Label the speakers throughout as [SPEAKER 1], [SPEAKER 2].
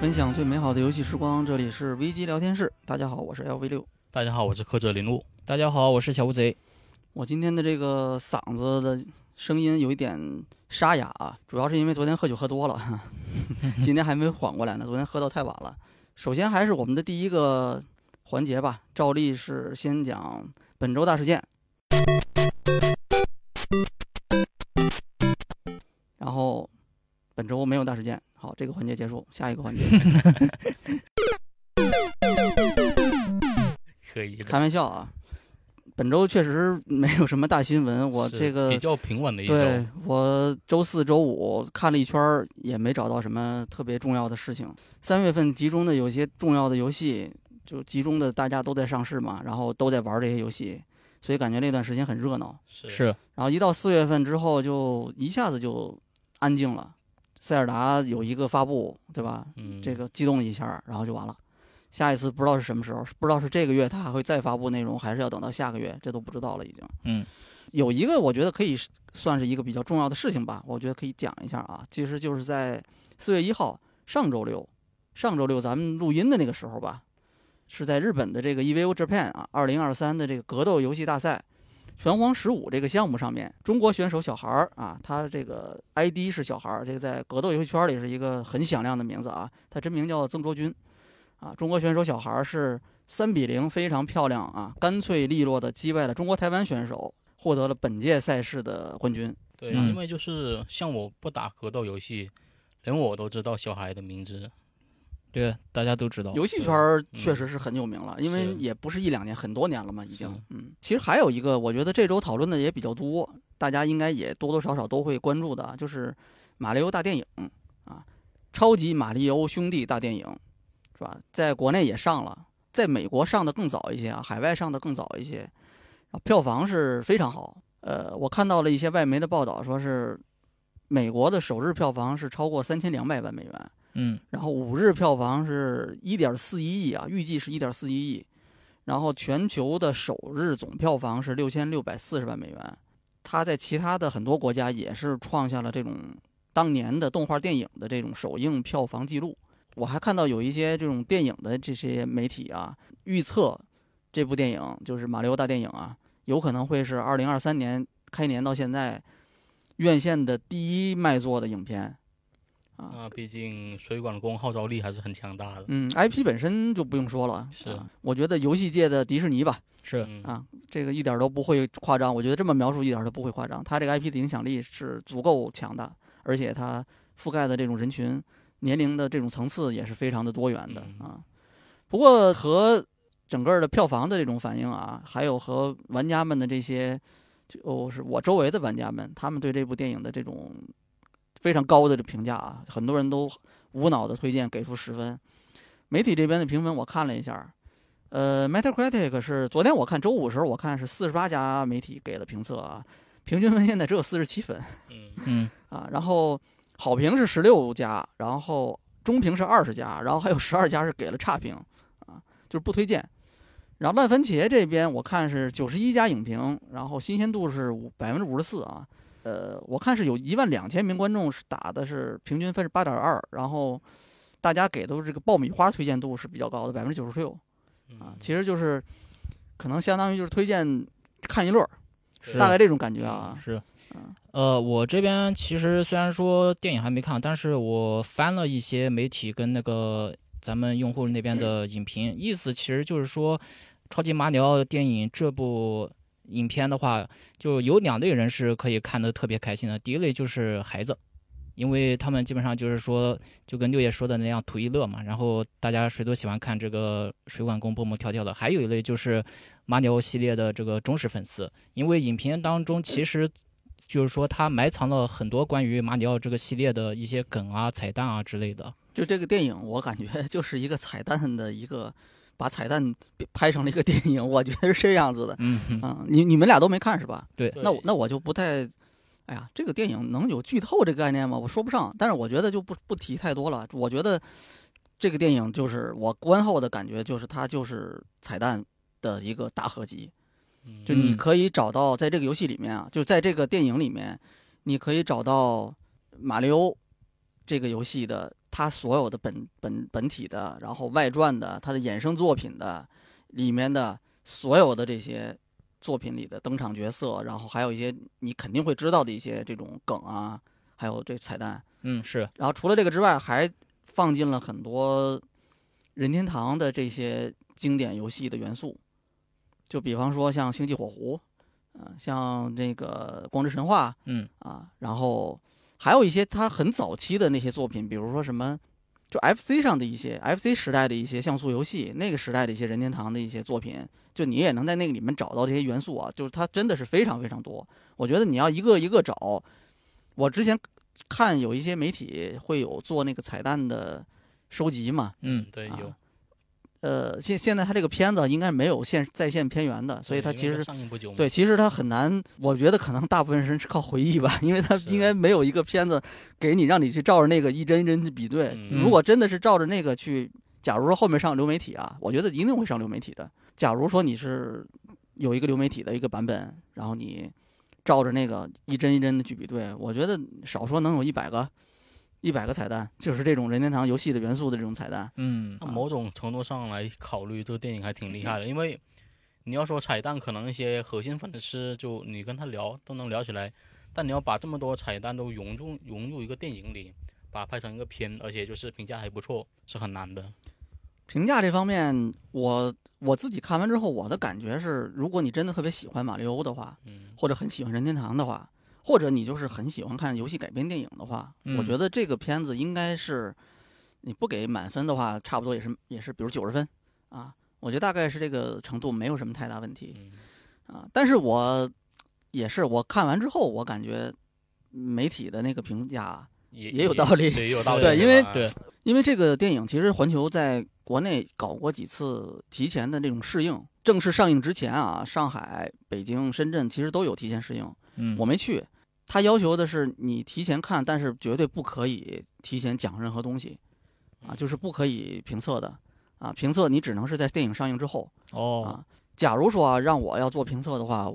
[SPEAKER 1] 分享最美好的游戏时光，这里是危机聊天室。大家好，我是 LV 六。
[SPEAKER 2] 大家好，我是柯哲林路。
[SPEAKER 3] 大家好，我是小乌贼。
[SPEAKER 1] 我今天的这个嗓子的声音有一点沙哑啊，主要是因为昨天喝酒喝多了， 今天还没缓过来呢。昨天喝到太晚了。首先还是我们的第一个环节吧，照例是先讲本周大事件，然后本周没有大事件。好，这个环节结束，下一个环节。
[SPEAKER 2] 可以的，
[SPEAKER 1] 开玩笑啊，本周确实没有什么大新 闻。我
[SPEAKER 2] 是
[SPEAKER 1] 这
[SPEAKER 2] 比
[SPEAKER 1] 个
[SPEAKER 2] 较平稳的一周，
[SPEAKER 1] 对我周四周五看了一圈儿，也没找到什么特别重要的事情。三月份集中的有些重要的游戏，就集中的大家都在上市嘛，然后都在玩这些游戏，所以感觉那段时间很热闹。
[SPEAKER 2] 是
[SPEAKER 3] 是
[SPEAKER 1] 然后一到四月份之后，就一下子就安静了。塞尔达有一个发布，对吧？
[SPEAKER 2] 嗯，
[SPEAKER 1] 这个激动一下，然后就完了。下一次不知道是什么时候，不知道是这个月它还会再发布内容，还是要等到下个月，这都不知道了已经。
[SPEAKER 3] 嗯，
[SPEAKER 1] 有一个我觉得可以是算是一个比较重要的事情吧，我觉得可以讲一下啊。其实就是在四月一号，上周六，上周六咱们录音的那个时候吧，是在日本的这个 EVO Japan 啊，二零二三的这个格斗游戏大赛。拳皇十五这个项目上面，中国选手小孩儿啊，他这个 ID 是小孩儿，这个在格斗游戏圈里是一个很响亮的名字啊。他真名叫曾卓君，啊，中国选手小孩儿是三比零，非常漂亮啊，干脆利落的击败了中国台湾选手，获得了本届赛事的冠军。
[SPEAKER 2] 对，
[SPEAKER 3] 嗯
[SPEAKER 2] 因为就是像我不打格斗游戏，连我都知道小孩的名字，
[SPEAKER 3] 对，大家都知道。
[SPEAKER 1] 游戏圈儿
[SPEAKER 2] 嗯
[SPEAKER 1] 确实是很有名了，因为
[SPEAKER 2] 是
[SPEAKER 1] 也不是一两年，很多年了嘛，已经
[SPEAKER 2] 是。
[SPEAKER 1] 嗯，其实还有一个，我觉得这周讨论的也比较多，大家应该也多多少少都会关注的，啊就是《马里奥大电影》啊，《超级马里奥兄弟大电影》，是吧？在国内也上了，在美国上的更早一些啊，海外上的更早一些，然后票房是非常好。呃，我看到了一些外媒的报道，说是美国的首日票房是超过三千两百万美元。
[SPEAKER 3] 嗯
[SPEAKER 1] 然后五日票房是一点四一亿啊，预计是一点四一亿，然后全球的首日总票房是六千六百四十万美元，它在其他的很多国家也是创下了这种当年的动画电影的这种首映票房记录。我还看到有一些这种电影的这些媒体啊，预测这部电影就是《马里奥大电影》啊，有可能会是二零二三年开年到现在院线的第一卖座的影片啊。
[SPEAKER 2] 那毕竟水管工号召力还是很强大的，
[SPEAKER 1] 嗯，IP 本身就不用说了，
[SPEAKER 2] 是
[SPEAKER 1] 啊我觉得游戏界的迪士尼吧，
[SPEAKER 3] 是
[SPEAKER 2] 嗯
[SPEAKER 1] 啊这个一点儿都不会夸张。我觉得这么描述一点儿都不会夸张，它这个 IP 的影响力是足够强大，而且它覆盖的这种人群、年龄的这种层次也是非常的多元的、
[SPEAKER 2] 嗯
[SPEAKER 1] 啊。不过和整个的票房的这种反应啊，还有和玩家们的这些，就是我周围的玩家们，他们对这部电影的这种非常高的这评价啊，很多人都无脑的推荐给出十分。媒体这边的评分我看了一下，呃，Metacritic 是昨天我看周五时候我看是四十八家媒体给了评测啊，平均分现在只有四十七分
[SPEAKER 2] 嗯，
[SPEAKER 3] 嗯
[SPEAKER 1] 啊，然后好评是十六家，然后中评是二十家，然后还有十二家是给了差评啊，就是不推荐。然后烂番茄这边我看是九十一家影评，然后新鲜度是五百分之五十四啊，呃，我看是有一万两千名观众是打的是平均分是八点二，然后大家给的这个爆米花推荐度是比较高的百分之九十六，
[SPEAKER 2] 嗯
[SPEAKER 1] 啊，其实就是可能相当于就是推荐看一乐儿，
[SPEAKER 2] 实
[SPEAKER 1] 大概这种感觉啊。
[SPEAKER 3] 是
[SPEAKER 1] 嗯。
[SPEAKER 3] 呃，我这边其实虽然说电影还没看，但是我翻了一些媒体跟那个咱们用户那边的
[SPEAKER 1] 嗯
[SPEAKER 3] 影评，意思其实就是说，《超级马里奥》电影这部影片的话，就有两类人是可以看得特别开心的。第一类就是孩子，因为他们基本上就是说，就跟六爷说的那样图一乐嘛，然后大家谁都喜欢看这个水管工蹦蹦跳跳的。还有一类就是马里奥系列的这个忠实粉丝，因为影片当中其实就是说它埋藏了很多关于马里奥这个系列的一些梗啊、彩蛋啊之类的。
[SPEAKER 1] 就这个电影，我感觉 就是一个彩蛋的一个，把彩蛋拍成了一个电影，我觉得是这样子的。
[SPEAKER 3] 嗯哼，
[SPEAKER 1] 嗯，你你们俩都没看是吧？
[SPEAKER 2] 对
[SPEAKER 1] 那我那我就不太，哎呀，这个电影能有剧透这个概念吗？我说不上，但是我觉得就不不提太多了。我觉得这个电影就是我观后的感觉，就是它就是彩蛋的一个大合集。
[SPEAKER 2] 嗯
[SPEAKER 1] 就你
[SPEAKER 3] 嗯
[SPEAKER 1] 可以找到在这个游戏里面啊，就在这个电影里面，你可以找到马里欧这个游戏的他所有的本本本体的，然后外传的，他的衍生作品的里面的所有的这些作品里的登场角色，然后还有一些你肯定会知道的一些这种梗啊，还有这彩蛋。
[SPEAKER 3] 嗯，是，
[SPEAKER 1] 然后除了这个之外，还放进了很多任天堂的这些经典游戏的元素，就比方说像《星际火狐》，呃，像这个《光之神话》
[SPEAKER 3] 嗯
[SPEAKER 1] 啊，然后还有一些他很早期的那些作品，比如说什么。就 FC 上的一些 FC 时代的一些像素游戏，那个时代的一些任天堂的一些作品，就你也能在那个里面找到这些元素啊，就是它真的是非常非常多。我觉得你要一个一个找，我之前看有一些媒体会有做那个彩蛋的收集嘛，
[SPEAKER 3] 嗯，
[SPEAKER 2] 对，哎有
[SPEAKER 1] 啊。呃，现现在它这个片子应该没有现在线片源的，所以
[SPEAKER 2] 对
[SPEAKER 1] 它
[SPEAKER 2] 嗯因为
[SPEAKER 1] 其实
[SPEAKER 2] 上映不久嘛，
[SPEAKER 1] 对，其实它很难，我觉得可能大部分人是靠回忆吧，因为它
[SPEAKER 2] 是
[SPEAKER 1] 应该没有一个片子给你让你去照着那个一帧一帧去比对。
[SPEAKER 2] 嗯
[SPEAKER 1] 如果真的是照着那个去，假如说后面上流媒体啊，我觉得一定会上流媒体的。假如说你是有一个流媒体的一个版本，然后你照着那个一帧一帧的去比对，我觉得少说能有一百个。一百个彩蛋，就是这种任天堂游戏的元素的这种彩蛋，
[SPEAKER 3] 嗯
[SPEAKER 2] 那某种程度上来考虑，这个电影还挺厉害的，因为你要说彩蛋，可能一些核心粉丝就你跟他聊都能聊起来，但你要把这么多彩蛋都融入融入一个电影里，把它拍成一个片，而且就是评价还不错，是很难的。
[SPEAKER 1] 评价这方面，我我自己看完之后，我的感觉是，如果你真的特别喜欢马里欧的话，
[SPEAKER 2] 嗯，
[SPEAKER 1] 或者很喜欢任天堂的话，或者你就是很喜欢看游戏改编电影的话，
[SPEAKER 3] 嗯
[SPEAKER 1] 我觉得这个片子应该是你不给满分的话，差不多也是也是，比如九十分啊，我觉得大概是这个程度，没有什么太大问题
[SPEAKER 2] 嗯
[SPEAKER 1] 啊。但是我也是，我看完之后，我感觉媒体的那个评价，
[SPEAKER 2] 也
[SPEAKER 1] 也有道理
[SPEAKER 2] 对，也有道理。
[SPEAKER 1] 对因为
[SPEAKER 3] 对
[SPEAKER 1] 因为这个电影其实环球在国内搞过几次提前的这种试映，正式上映之前啊，上海、北京、深圳其实都有提前试映。
[SPEAKER 3] 嗯，
[SPEAKER 1] 我没去。他要求的是你提前看，但是绝对不可以提前讲任何东西，
[SPEAKER 2] 嗯
[SPEAKER 1] 啊，就是不可以评测的，啊，评测你只能是在电影上映之后。
[SPEAKER 3] 哦
[SPEAKER 1] 啊，假如说啊，让我要做评测的话，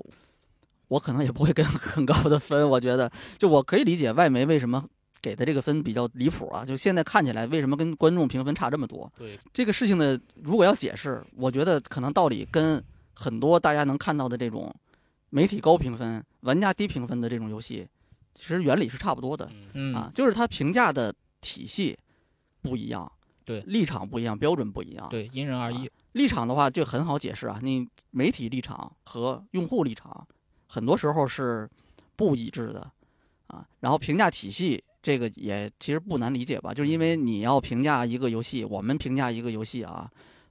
[SPEAKER 1] 我可能也不会给 很高的分。我觉得，就我可以理解外媒为什么给的这个分比较离谱啊，就现在看起来为什么跟观众评分差这么多？
[SPEAKER 2] 对，
[SPEAKER 1] 这个事情的如果要解释，我觉得可能道理跟很多大家能看到的这种媒体高评分、玩家低评分的这种游戏，其实原理是差不多的
[SPEAKER 2] 嗯，
[SPEAKER 3] 嗯
[SPEAKER 1] 啊，就是它评价的体系不一样，
[SPEAKER 3] 对
[SPEAKER 1] 立场不一样，标准不一样。
[SPEAKER 3] 对，因人而异。
[SPEAKER 1] 立场的话就很好解释啊，你媒体立场和用户立场很多时候是不一致的啊。然后评价体系这个也其实不难理解吧，就是因
[SPEAKER 2] 嗯
[SPEAKER 1] 为你要评价一个游戏，我们评价一个游戏啊，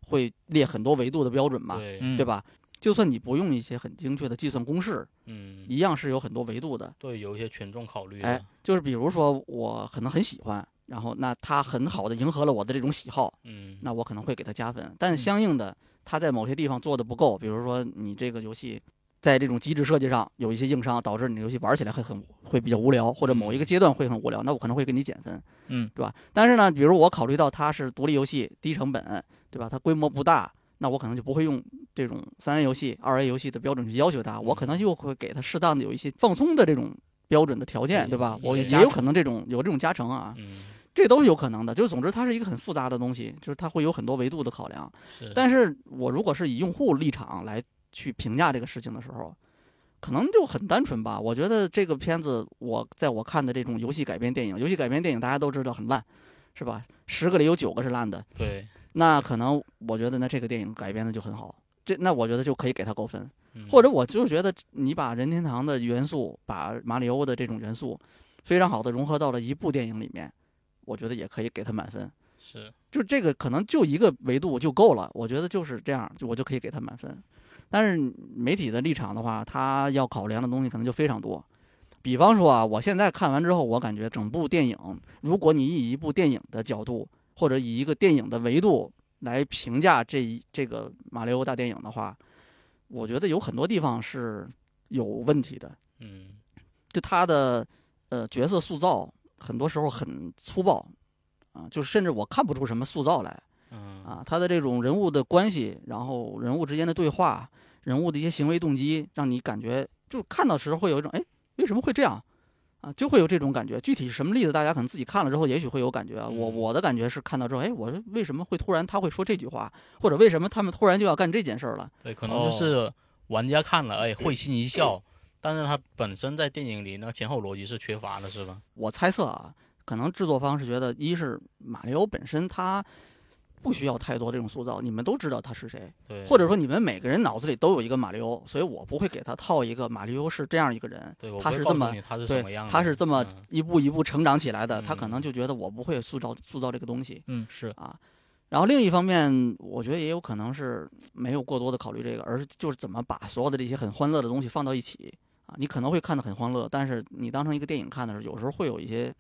[SPEAKER 1] 会列很多维度的标准嘛，
[SPEAKER 2] 对，
[SPEAKER 3] 嗯，
[SPEAKER 1] 对？吧？就算你不用一些很精确的计算公式，
[SPEAKER 2] 嗯，
[SPEAKER 1] 一样是有很多维度的。
[SPEAKER 2] 对，有一些权重考虑的。
[SPEAKER 1] 哎，就是比如说我可能很喜欢，然后那它很好的迎合了我的这种喜好，
[SPEAKER 2] 嗯，
[SPEAKER 1] 那我可能会给他加分。但相应的，他在某些地方做的不够，比如说你这个游戏在这种机制设计上有一些硬伤，导致你的游戏玩起来会很会比较无聊，或者某一
[SPEAKER 2] 嗯
[SPEAKER 1] 个阶段会很无聊，那我可能会给你减分，
[SPEAKER 3] 嗯，
[SPEAKER 1] 对吧？但是呢，比如我考虑到它是独立游戏，低成本，对吧？它规模不大。那我可能就不会用这种三 A 游戏、二 A 游戏的标准去要求它，我
[SPEAKER 2] 嗯
[SPEAKER 1] 可能就会给它适当的有一些放松的这种标准的条件，
[SPEAKER 2] 对
[SPEAKER 1] 对吧？
[SPEAKER 2] 一
[SPEAKER 1] 我
[SPEAKER 2] 些
[SPEAKER 1] 也
[SPEAKER 2] 加
[SPEAKER 1] 有
[SPEAKER 2] 成
[SPEAKER 1] 可能这种有这种加成啊，
[SPEAKER 2] 嗯，
[SPEAKER 1] 这都是有可能的。就是总之，它是一个很复杂的东西，就是它会有很多维度的考量。
[SPEAKER 2] 是，
[SPEAKER 1] 但是我如果是以用户立场来去评价这个事情的时候，可能就很单纯吧。我觉得这个片子，我在我看的这种游戏改编电影，游戏改编电影大家都知道很烂，是吧？十个里有九个是烂的，
[SPEAKER 2] 对，
[SPEAKER 1] 那可能我觉得那这个电影改编的就很好。这那我觉得就可以给它扣分，
[SPEAKER 2] 嗯
[SPEAKER 1] 或者我就觉得你把任天堂的元素，把马里欧的这种元素，非常好的融合到了一部电影里面，我觉得也可以给它满分。
[SPEAKER 2] 是，
[SPEAKER 1] 就这个可能就一个维度就够了，我觉得就是这样，就我就可以给他满分。但是媒体的立场的话，他要考量的东西可能就非常多。比方说啊，我现在看完之后，我感觉整部电影，如果你以一部电影的角度，或者以一个电影的维度来评价这一这个马里欧大电影的话，我觉得有很多地方是有问题的。
[SPEAKER 2] 嗯，
[SPEAKER 1] 就他的呃角色塑造，很多时候很粗暴啊、就是甚至我看不出什么塑造来。
[SPEAKER 2] 嗯，
[SPEAKER 1] 啊，他的这种人物的关系，然后人物之间的对话，人物的一些行为动机，让你感觉就是看到时候会有一种哎，为什么会这样啊，就会有这种感觉。具体是什么例子，大家可能自己看了之后，也许会有感觉啊。我
[SPEAKER 2] 嗯
[SPEAKER 1] 我的感觉是看到之后，哎，我说为什么会突然他会说这句话，或者为什么他们突然就要干这件事儿了？
[SPEAKER 2] 对，可能就是
[SPEAKER 1] 哦
[SPEAKER 2] 玩家看了，哎，会心一笑，但是他本身在电影里呢前后逻辑是缺乏的，是吧？
[SPEAKER 1] 我猜测啊，可能制作方是觉得，一是马里奥本身他不需要太多这种塑造，你们都知道他是谁，
[SPEAKER 2] 对，
[SPEAKER 1] 或者说你们每个人脑子里都有一个马里奥，所以我不会给他套一个马里奥是这样一个人。
[SPEAKER 2] 对，我
[SPEAKER 1] 他
[SPEAKER 2] 不会
[SPEAKER 1] 是
[SPEAKER 2] 告
[SPEAKER 1] 这
[SPEAKER 2] 诉
[SPEAKER 1] 么
[SPEAKER 2] 你他是什么
[SPEAKER 1] 对
[SPEAKER 2] 样，的，
[SPEAKER 1] 他是这么
[SPEAKER 2] 嗯
[SPEAKER 1] 一步一步成长起来的，他可
[SPEAKER 2] 嗯
[SPEAKER 1] 能就觉得我不会塑造塑造这个东西，
[SPEAKER 3] 嗯，是
[SPEAKER 1] 啊。然后另一方面，我觉得也有可能是没有过多的考虑这个，而是就是怎么把所有的这些很欢乐的东西放到一起啊。你可能会看得很欢乐，但是你当成一个电影看的时候，有时候会有一些，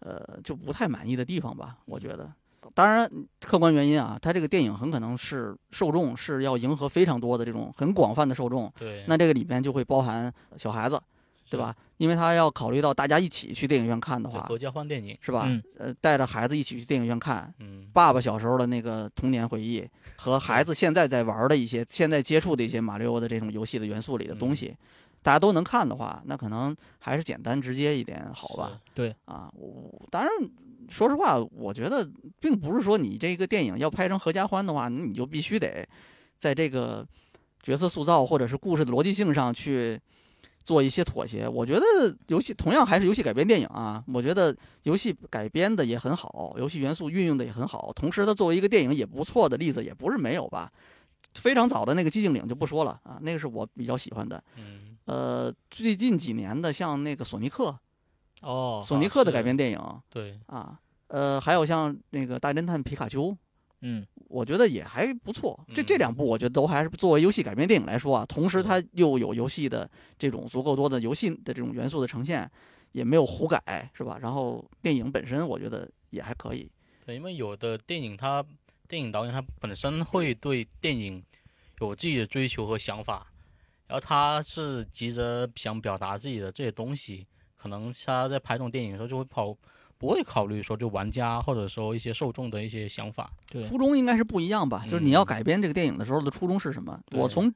[SPEAKER 1] 呃，就不太满意的地方吧。我觉得，当然客观原因啊，它这个电影很可能是受众是要迎合非常多的这种很广泛的受众，
[SPEAKER 2] 对，
[SPEAKER 1] 那这个里面就会包含小孩子，对吧？因为他要考虑到大家一起去电影院看的
[SPEAKER 2] 对
[SPEAKER 1] 话，
[SPEAKER 2] 合家欢电影，
[SPEAKER 1] 是吧？
[SPEAKER 3] 嗯
[SPEAKER 1] 呃，带着孩子一起去电影院看，
[SPEAKER 2] 嗯，
[SPEAKER 1] 爸爸小时候的那个童年回忆和孩子现在在玩的一些、现在接触的一些马里奥的这种游戏的元素里的东西，大家都能看的话，那可能还是简单直接一点好吧？啊，我我当然，说实话，我觉得并不是说你这个电影要拍成合家欢的话，你就必须得在这个角色塑造或者是故事的逻辑性上去做一些妥协。我觉得游戏同样还是游戏改编电影啊，我觉得游戏改编的也很好，游戏元素运用的也很好，同时它作为一个电影也不错的例子也不是没有吧。非常早的那个《寂静岭》就不说了啊，那个是我比较喜欢的。
[SPEAKER 2] 是，嗯，
[SPEAKER 1] 呃，最近几年的像那个索尼克，
[SPEAKER 2] 哦，
[SPEAKER 1] 索尼
[SPEAKER 2] 好
[SPEAKER 1] 克的
[SPEAKER 2] 是
[SPEAKER 1] 改编电影，
[SPEAKER 2] 对，
[SPEAKER 1] 啊，呃，还有像那个大侦探皮卡丘，
[SPEAKER 3] 嗯
[SPEAKER 1] 我觉得也还不错。这这
[SPEAKER 2] 嗯
[SPEAKER 1] 两部我觉得都还是作为游戏改编电影来说啊，同时它又有游戏的这种足够多的游戏的这种元素的呈现，也没有胡改，是吧？然后电影本身我觉得也还可以。
[SPEAKER 2] 对，因为有的电影它电影导演他本身会对电影有自己的追求和想法，然后他是急着想表达自己的这些东西，可能他在拍这种电影的时候就会跑，不会考虑说就玩家或者说一些受众的一些想法。
[SPEAKER 3] 对
[SPEAKER 1] 初衷应该是不一样吧？就是你要
[SPEAKER 2] 嗯
[SPEAKER 1] 改编这个电影的时候的初衷是什么？
[SPEAKER 2] 对
[SPEAKER 1] 我从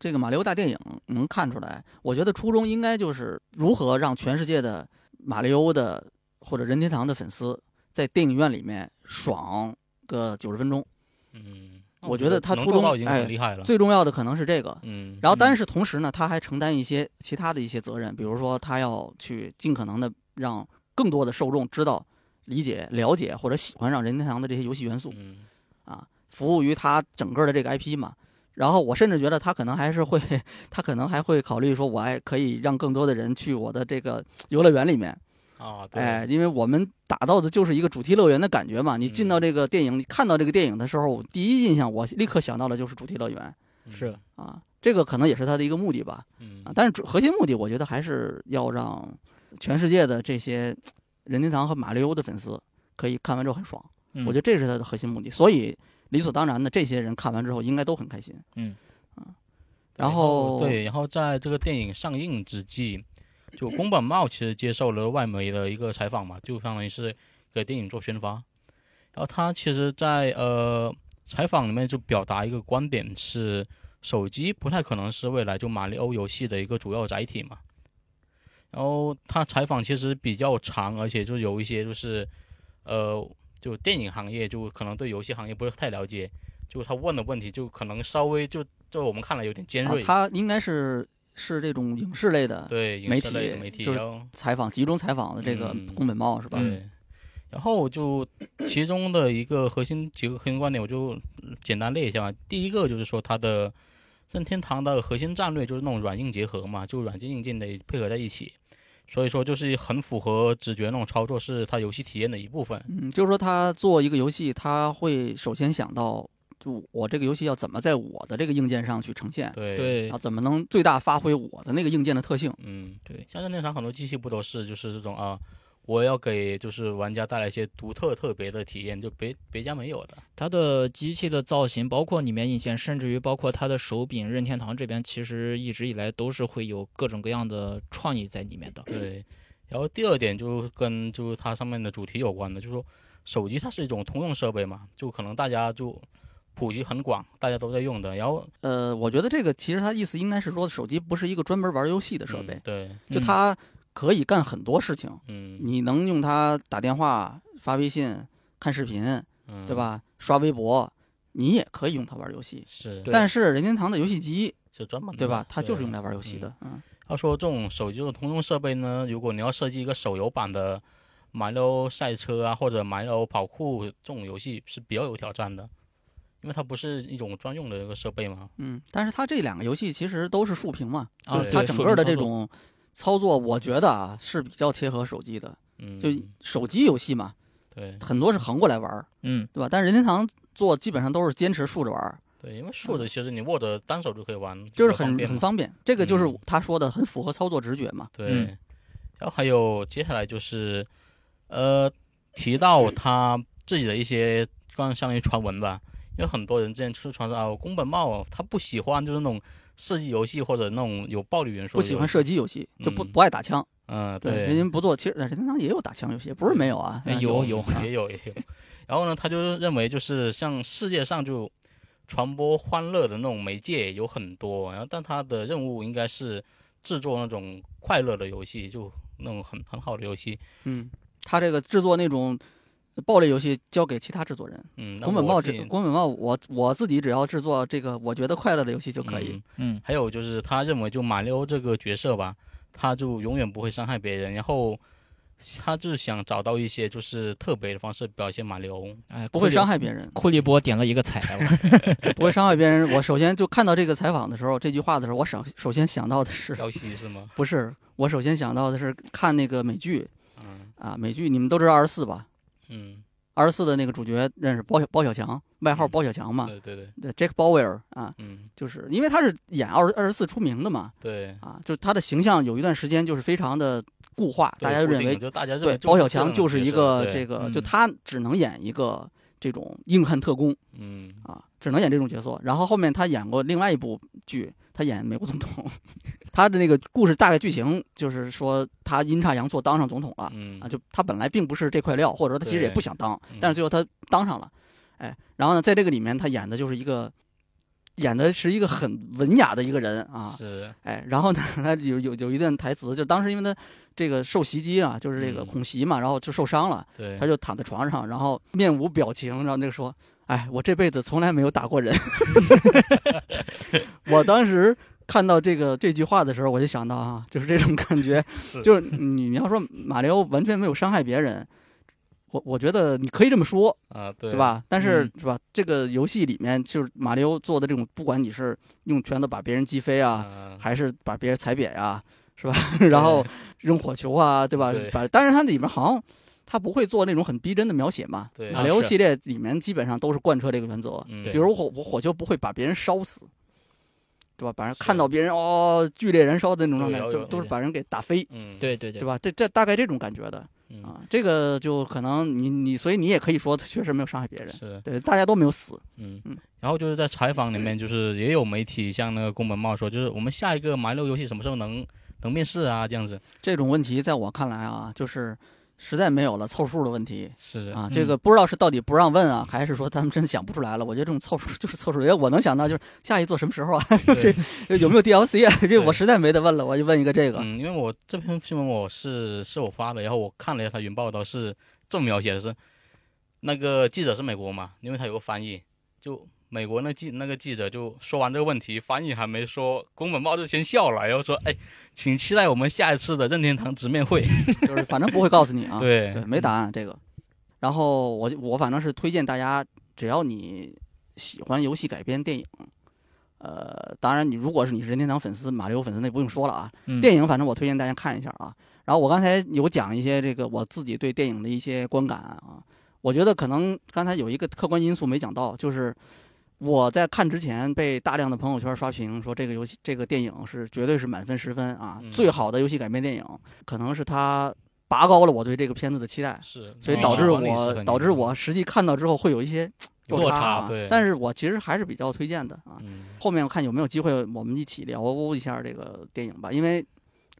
[SPEAKER 1] 这个马里奥大电影能看出来，我觉得初衷应该就是如何让全世界的马里欧的或者任天堂的粉丝在电影院里面爽个九十分钟。
[SPEAKER 2] 嗯，
[SPEAKER 1] 我觉得他
[SPEAKER 2] 能
[SPEAKER 1] 初
[SPEAKER 2] 做
[SPEAKER 1] 衷
[SPEAKER 2] 到已经
[SPEAKER 1] 哎
[SPEAKER 2] 很厉害了。
[SPEAKER 1] 最重要的可能是这个。
[SPEAKER 2] 嗯，
[SPEAKER 1] 然后，但
[SPEAKER 2] 嗯
[SPEAKER 1] 是同时呢，他还承担一些其他的一些责任，比如说他要去尽可能的让更多的受众知道、理解、了解或者喜欢上任天堂的这些游戏元素。
[SPEAKER 2] 嗯，
[SPEAKER 1] 啊，服务于他整个的这个 IP 嘛。然后我甚至觉得他可能还是会， 他可能还会考虑说，我还可以让更多的人去我的这个游乐园里面，
[SPEAKER 2] 啊，对，
[SPEAKER 1] 哎，因为我们打造的就是一个主题乐园的感觉嘛。你进到这个电影，你看到这个电影的时候，第一印象我立刻想到的就是主题乐园
[SPEAKER 2] 嗯
[SPEAKER 3] 是，
[SPEAKER 1] 啊，这个可能也是他的一个目的吧。
[SPEAKER 2] 嗯
[SPEAKER 1] 啊，但是主核心目的，我觉得还是要让全世界的这些任天堂和马里欧的粉丝可以看完之后很爽。
[SPEAKER 3] 嗯
[SPEAKER 1] 我觉得这是他的核心目的，所以理所当然的，这些人看完之后应该都很开心。然后
[SPEAKER 2] 对，然后在这个电影上映之际，就宫本茂其实接受了外媒的一个采访嘛，就相当于是给电影做宣发。然后他其实在，呃采访里面就表达一个观点是，手机不太可能是未来就马里欧游戏的一个主要载体嘛。然后他采访其实比较长，而且就有一些就是，呃，就电影行业就可能对游戏行业不是太了解，就他问的问题就可能稍微就就我们看来有点尖
[SPEAKER 1] 啊
[SPEAKER 2] 锐。，
[SPEAKER 1] 他应该是是这种影视类的
[SPEAKER 2] 对影
[SPEAKER 1] 媒
[SPEAKER 2] 视类的
[SPEAKER 1] 体
[SPEAKER 2] 媒体，
[SPEAKER 1] 就是
[SPEAKER 2] 然后
[SPEAKER 1] 采访，集中采访的这个
[SPEAKER 2] 嗯
[SPEAKER 1] 宫本茂是吧？
[SPEAKER 2] 对，然后就其中的一个核心几个核心观点，我就嗯简单列一下吧。第一个就是说它的任天堂的核心战略就是那种软硬结合嘛，就软件硬件得配合在一起，所以说就是很符合直觉那种操作，是它游戏体验的一部分。
[SPEAKER 1] 嗯，就是说他做一个游戏，他会首先想到，就我这个游戏要怎么在我的这个硬件上去呈现，
[SPEAKER 2] 对
[SPEAKER 3] 对
[SPEAKER 1] 啊，怎么能最大发挥我的那个硬件的特性。
[SPEAKER 2] 嗯，
[SPEAKER 3] 对
[SPEAKER 2] 像任天堂很多机器不都是就是这种啊。我要给就是玩家带来一些独特特别的体验，就别别家没有的。
[SPEAKER 3] 它的机器的造型，包括里面硬件，甚至于包括它的手柄，任天堂这边其实一直以来都是会有各种各样的创意在里面 的。
[SPEAKER 2] 对，然后第二点就跟就是它上面的主题有关的，就是说手机它是一种通用设备嘛，就可能大家就普及很广，大家都在用的。然后
[SPEAKER 1] 呃，我觉得这个其实他意思应该是说，手机不是一个专门玩游戏的设备，
[SPEAKER 2] 嗯对
[SPEAKER 1] 就它可以干很多事情，
[SPEAKER 2] 嗯，
[SPEAKER 1] 你能用它打电话、发微信、看视频，
[SPEAKER 2] 嗯
[SPEAKER 1] 对？吧？刷微博，你也可以用它玩游戏。
[SPEAKER 2] 是，
[SPEAKER 3] 对
[SPEAKER 1] 但是任天堂的游戏机，
[SPEAKER 2] 是专门的
[SPEAKER 1] 对吧？它
[SPEAKER 2] 它
[SPEAKER 1] 就是用来玩游戏的。嗯，
[SPEAKER 2] 他说这种手机的通用设备呢，如果你要设计一个手游版的马里奥赛车啊，或者马里奥跑酷这种游戏是比较有挑战的，因为它不是一种专用的一个设备嘛。
[SPEAKER 1] 嗯，但是它这两个游戏其实都是竖屏嘛，
[SPEAKER 3] 啊
[SPEAKER 1] 就是
[SPEAKER 2] 对
[SPEAKER 1] 它整个的这
[SPEAKER 3] 竖屏操
[SPEAKER 1] 种操作，我觉得啊是比较切合手机的。
[SPEAKER 2] 嗯，
[SPEAKER 1] 就手机游戏嘛，
[SPEAKER 2] 对
[SPEAKER 1] 很多是横过来玩儿，
[SPEAKER 3] 嗯，
[SPEAKER 1] 对吧？但是任天堂做基本上都是坚持竖着玩儿，
[SPEAKER 2] 对，因为竖着其实你握着单手就可以玩，
[SPEAKER 1] 嗯就是
[SPEAKER 2] 比较方
[SPEAKER 1] 很
[SPEAKER 2] 便
[SPEAKER 1] 很
[SPEAKER 2] 嘛。
[SPEAKER 1] 方便。这个就是
[SPEAKER 2] 嗯
[SPEAKER 1] 他说的很符合操作直觉嘛。
[SPEAKER 2] 对，
[SPEAKER 3] 嗯
[SPEAKER 2] 然后还有接下来就是，呃，提到他自己的一些关相当于传闻吧，因为很多人之前是传说啊，宫本茂他不喜欢就是那种射击游戏或者那种有暴力元素，
[SPEAKER 1] 不喜欢，射击游戏，就不
[SPEAKER 2] 嗯
[SPEAKER 1] 不爱打枪。
[SPEAKER 2] 嗯，
[SPEAKER 1] 对，人
[SPEAKER 2] 对，
[SPEAKER 1] 家不做，其实任天堂也有打枪游戏，也不是没有啊。
[SPEAKER 3] 哎
[SPEAKER 1] 嗯
[SPEAKER 3] 有有
[SPEAKER 2] 也有也有，然后呢，他就认为就是像世界上就传播欢乐的那种媒介有很多，然后但他的任务应该是制作那种快乐的游戏，就那种很很好的游戏，
[SPEAKER 1] 嗯，他这个制作那种暴力游戏交给其他制作人。
[SPEAKER 2] 嗯，那
[SPEAKER 1] 宫本
[SPEAKER 2] 我
[SPEAKER 1] 茂
[SPEAKER 2] 自
[SPEAKER 1] 只
[SPEAKER 2] 己
[SPEAKER 1] 宫本茂，我我自己只要制作这个我觉得快乐的游戏就可以
[SPEAKER 2] 嗯。
[SPEAKER 3] 嗯
[SPEAKER 2] 还有就是他认为就马里奥这个角色吧，他就永远不会伤害别人，然后他就想找到一些就是特别的方式表现马里奥。
[SPEAKER 3] 哎，
[SPEAKER 1] 不会伤
[SPEAKER 3] 害。，
[SPEAKER 1] 害别人
[SPEAKER 3] 库利波点了一个彩 了，
[SPEAKER 1] 不会伤害别人。我首先就看到这个采访的时候，这句话的时候，我首首先想到的是
[SPEAKER 2] 要西是吗？
[SPEAKER 1] 不是，我首先想到的是看那个美剧
[SPEAKER 2] 嗯
[SPEAKER 1] 啊，美剧你们都知道二十四吧？
[SPEAKER 2] 嗯，
[SPEAKER 1] 二十四的那个主角认识包小包小强，外号
[SPEAKER 2] 嗯
[SPEAKER 1] 包小强嘛，
[SPEAKER 2] 对对对，
[SPEAKER 1] 对，Jack Bauer 啊，
[SPEAKER 2] 嗯
[SPEAKER 1] 就是因为他是演二二十四出名的嘛，
[SPEAKER 2] 对。
[SPEAKER 1] 啊，就是他的形象有一段时间就是非常的固化，
[SPEAKER 2] 对
[SPEAKER 1] 大家就
[SPEAKER 2] 固
[SPEAKER 1] 认
[SPEAKER 2] 定
[SPEAKER 1] 为
[SPEAKER 2] 的就大家认为
[SPEAKER 1] 对
[SPEAKER 2] 就是
[SPEAKER 1] 包小
[SPEAKER 2] 这
[SPEAKER 1] 强
[SPEAKER 2] 样
[SPEAKER 1] 就
[SPEAKER 2] 的
[SPEAKER 1] 是
[SPEAKER 2] 角
[SPEAKER 1] 一
[SPEAKER 2] 色
[SPEAKER 1] 个
[SPEAKER 2] 对
[SPEAKER 1] 这个，
[SPEAKER 3] 嗯
[SPEAKER 1] 就他只能演一个这种硬汉特工
[SPEAKER 2] 嗯
[SPEAKER 1] 啊，只能演这种角色。然后后面他演过另外一部剧，他演美国总统， 他的那个故事大概剧情就是说他阴差阳错当上总统了。
[SPEAKER 2] 嗯
[SPEAKER 1] 啊，就他本来并不是这块料，或者说他其实也
[SPEAKER 2] 对
[SPEAKER 1] 不想当
[SPEAKER 2] 嗯，
[SPEAKER 1] 但是最后他当上了，哎，然后呢，在这个里面他演的就是一个，演的是一个很文雅的一个人啊，
[SPEAKER 2] 是
[SPEAKER 1] 哎，然后呢， 他有有有一段台词，就当时因为他这个受袭击啊，就是这个
[SPEAKER 2] 嗯
[SPEAKER 1] 恐袭嘛，然后就受伤了，
[SPEAKER 2] 对，
[SPEAKER 1] 他就躺在床上，然后面无表情，然后那个说：“哎，我这辈子从来没有打过 人。” 我当时看到这个这句话的时候，我就想到啊，就是这种感觉，
[SPEAKER 2] 是
[SPEAKER 1] 就是你你要说马里奥完全没有伤害别人，我我觉得你可以这么说，
[SPEAKER 2] 啊对
[SPEAKER 1] 对？吧？但是、
[SPEAKER 3] 嗯
[SPEAKER 1] 是吧，这个游戏里面就是马里奥做的这种，不管你是用拳头把别人击飞啊，
[SPEAKER 2] 啊，
[SPEAKER 1] 还是把别人踩扁呀、是 吧？然后扔火球啊，对吧？
[SPEAKER 2] 对
[SPEAKER 1] 把，但是它里面好像它不会做那种很逼真的描写嘛。
[SPEAKER 2] 对
[SPEAKER 1] 马
[SPEAKER 3] 啊
[SPEAKER 1] 里奥
[SPEAKER 3] 是
[SPEAKER 1] 系列里面基本上都是贯彻这个原则，
[SPEAKER 2] 嗯
[SPEAKER 3] 对
[SPEAKER 1] 比如火我火球不会把别人烧死，对吧？把人
[SPEAKER 2] 是
[SPEAKER 1] 看到别人哦剧烈燃烧的那种状态，
[SPEAKER 2] 对有
[SPEAKER 1] 都
[SPEAKER 2] 有
[SPEAKER 1] 都是把人给打飞，
[SPEAKER 2] 嗯
[SPEAKER 3] 对对对
[SPEAKER 1] 对，吧？这这大概这种感觉的
[SPEAKER 2] 嗯
[SPEAKER 1] 啊，这个就可能你你所以你也可以说他确实没有伤害别人，
[SPEAKER 2] 是
[SPEAKER 1] 对，大家都没有死，
[SPEAKER 2] 嗯
[SPEAKER 1] 嗯，
[SPEAKER 2] 然后就是在采访里面，就是也有媒体向那个宫本茂说，就是我们下一个马六游戏什么时候能能面世啊？这样子
[SPEAKER 1] 这种问题在我看来啊，就是实在没有了凑数的问题，
[SPEAKER 2] 是
[SPEAKER 1] 啊，
[SPEAKER 3] 嗯
[SPEAKER 1] 这个不知道是到底不让问啊，还是说他们真想不出来了？我觉得这种凑数 就是凑数，因为我能想到就是下一座什么时候啊，
[SPEAKER 2] 对
[SPEAKER 1] 有没有 DLC 啊？ 这
[SPEAKER 2] 对
[SPEAKER 1] 我实在没得问了，我就问一个这个。
[SPEAKER 2] 嗯，因为我这篇新闻我是是我发的，然后我看了一下他原报道是这么描写的是，那个记者是美国嘛，因为他有个翻译，就美国那记那个记者就说完这个问题，翻译还没说，宫本茂就先笑了，然后说，哎，请期待我们下一次的任天堂直面会。
[SPEAKER 1] 就是反正不会告诉你 啊。
[SPEAKER 2] 对
[SPEAKER 1] 没答案这个。然后我就我反正是推荐大家，只要你喜欢游戏改编电影，呃，当然你如果是你是任天堂粉丝、马里奥粉丝，那不用说了啊。
[SPEAKER 3] 嗯
[SPEAKER 1] 电影反正我推荐大家看一下啊。然后我刚才有讲一些这个我自己对电影的一些观感啊，我觉得可能刚才有一个客观因素没讲到，就是我在看之前被大量的朋友圈刷屏说这个游戏这个电影是绝对是满分十分啊，
[SPEAKER 2] 嗯
[SPEAKER 1] 最好的游戏改编电影，可能是它拔高了我对这个片子的期待，
[SPEAKER 2] 是，
[SPEAKER 1] 所以
[SPEAKER 3] 哦
[SPEAKER 1] 导致
[SPEAKER 2] 那管理是
[SPEAKER 1] 我
[SPEAKER 2] 很
[SPEAKER 1] 导致
[SPEAKER 2] 严
[SPEAKER 1] 我实际看到之后会有一些
[SPEAKER 2] 有
[SPEAKER 1] 落
[SPEAKER 2] 落
[SPEAKER 1] 差
[SPEAKER 2] 差
[SPEAKER 1] 啊
[SPEAKER 2] 对
[SPEAKER 1] 但是我其实还是比较推荐的啊。
[SPEAKER 2] 嗯
[SPEAKER 1] 后面我看有没有机会，我们一起聊一下这个电影吧。因为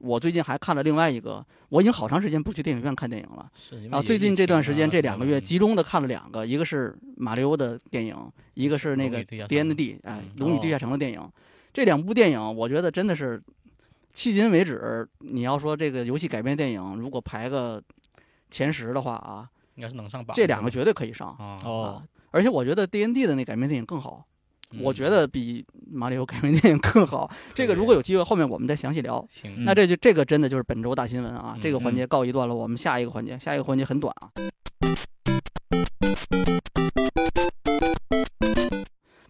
[SPEAKER 1] 我最近还看了另外一个，我已经好长时间不去电影院看电影了。
[SPEAKER 2] 是，因
[SPEAKER 1] 然后
[SPEAKER 2] 为
[SPEAKER 1] 最
[SPEAKER 2] 也
[SPEAKER 1] 近
[SPEAKER 2] 疫
[SPEAKER 1] 这段
[SPEAKER 2] 情
[SPEAKER 1] 时
[SPEAKER 2] 啊
[SPEAKER 1] 间，
[SPEAKER 2] 什
[SPEAKER 1] 这两
[SPEAKER 2] 么
[SPEAKER 1] 个
[SPEAKER 2] 的
[SPEAKER 1] 月
[SPEAKER 2] 嗯
[SPEAKER 1] 集中的看了两个，一个是马里欧的电影，一个是那
[SPEAKER 2] 龙
[SPEAKER 1] 个
[SPEAKER 2] 与地下
[SPEAKER 1] 迪安的
[SPEAKER 2] 城
[SPEAKER 1] 地，哎，
[SPEAKER 2] 嗯
[SPEAKER 1] 《龙与地下城》的电影。这两部电影，我觉得真的是迄今为止，你要说这个游戏改编电影，如果排个前十的话啊，
[SPEAKER 2] 应该是能上榜的。
[SPEAKER 1] 这两个绝对可以上。
[SPEAKER 2] 啊，
[SPEAKER 3] 哦，
[SPEAKER 1] 而且我觉得 D N D 的那改编电影更好，
[SPEAKER 2] 嗯
[SPEAKER 1] 我觉得比马里奥改编电影更好。这个如果有嗯机会，后面我们再详细聊。
[SPEAKER 2] 行，
[SPEAKER 1] 那这就这个真的就是本周大新闻啊，
[SPEAKER 2] 嗯
[SPEAKER 1] 这个环节告一段落，我们下一个环节，下一个环节很短啊。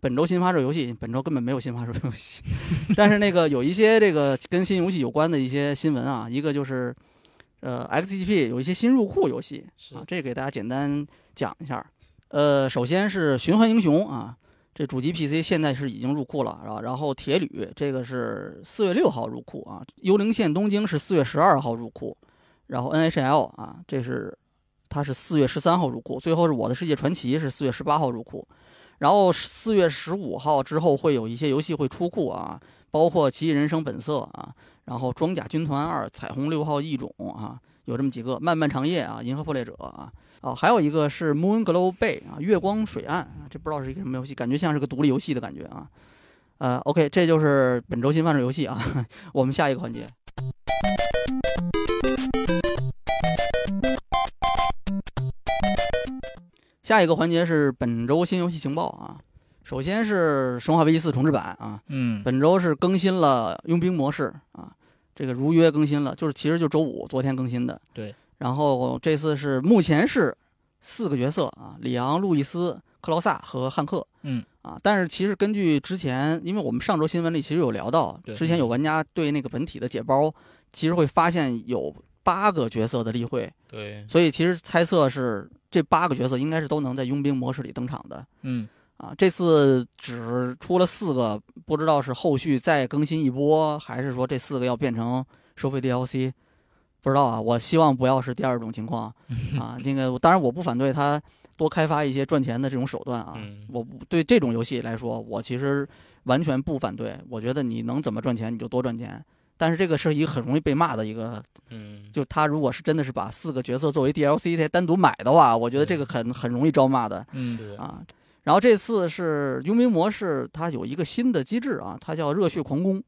[SPEAKER 1] 本周新发售游戏，本周根本没有新发售游 戏，但是那个有一些这个跟新游戏有关的一些新闻啊，一个就是，呃，XGP 有一些新入库游戏
[SPEAKER 2] 是
[SPEAKER 1] 啊，这给大家简单讲一下。呃，首先是《循环英雄》啊，这主机 PC 现在是已经入库了，然后然后铁铝这个是四月六号入库啊，幽灵线东京是四月十二号入库，然后 NHL 啊，这是它是四月十三号入库，最后是我的世界传奇是四月十八号入库，然后四月十五号之后会有一些游戏会出库啊，包括《奇异人生本色》啊，然后《装甲军团二》《彩虹六号异种》啊，有这么几个，《漫漫长夜》啊，《银河破裂者》啊。哦，还有一个是 Moon Glow Bay 啊，月光水岸啊，这不知道是一个什么游戏，感觉像是个独立游戏的感觉啊。呃，OK，这就是本周新发售游戏啊。 我们下一个环节。下一个环节是本周新游戏情报啊。首先是《生化危机四》重置版啊，
[SPEAKER 3] 嗯，
[SPEAKER 1] 本周是更新了佣兵模式啊，这个如约更新了，就是其实就周五昨天更新的。
[SPEAKER 3] 对。
[SPEAKER 1] 然后这次是目前是四个角色啊，里昂、路易斯、克劳萨和汉克。
[SPEAKER 3] 嗯。
[SPEAKER 1] 啊，但是其实根据之前，因为我们上周新闻里其实有聊到，
[SPEAKER 3] 对
[SPEAKER 1] 之前有玩家对那个本体的解包，其实会发现有八个角色的例会，
[SPEAKER 2] 对，
[SPEAKER 1] 所以其实猜测是这八个角色应该是都能在佣兵模式里登场的。
[SPEAKER 3] 嗯，
[SPEAKER 1] 啊，这次只出了四个，不知道是后续再更新一波，还是说这四个要变成收费 DLC，不知道啊。我希望不要是第二种情况啊。那个，当然我不反对他多开发一些赚钱的这种手段啊。
[SPEAKER 2] 嗯
[SPEAKER 1] 我不对这种游戏来说，我其实完全不反对。我觉得你能怎么赚钱你就多赚钱，但是这个是一个很容易被骂的一个
[SPEAKER 2] 嗯，
[SPEAKER 1] 就他如果是真的是把四个角色作为 DLC 再单独买的话，我觉得这个很很容易招骂的
[SPEAKER 3] 嗯，
[SPEAKER 2] 是
[SPEAKER 1] 啊。然后这次是佣兵模式，它有一个新的机制啊，它叫热血狂攻。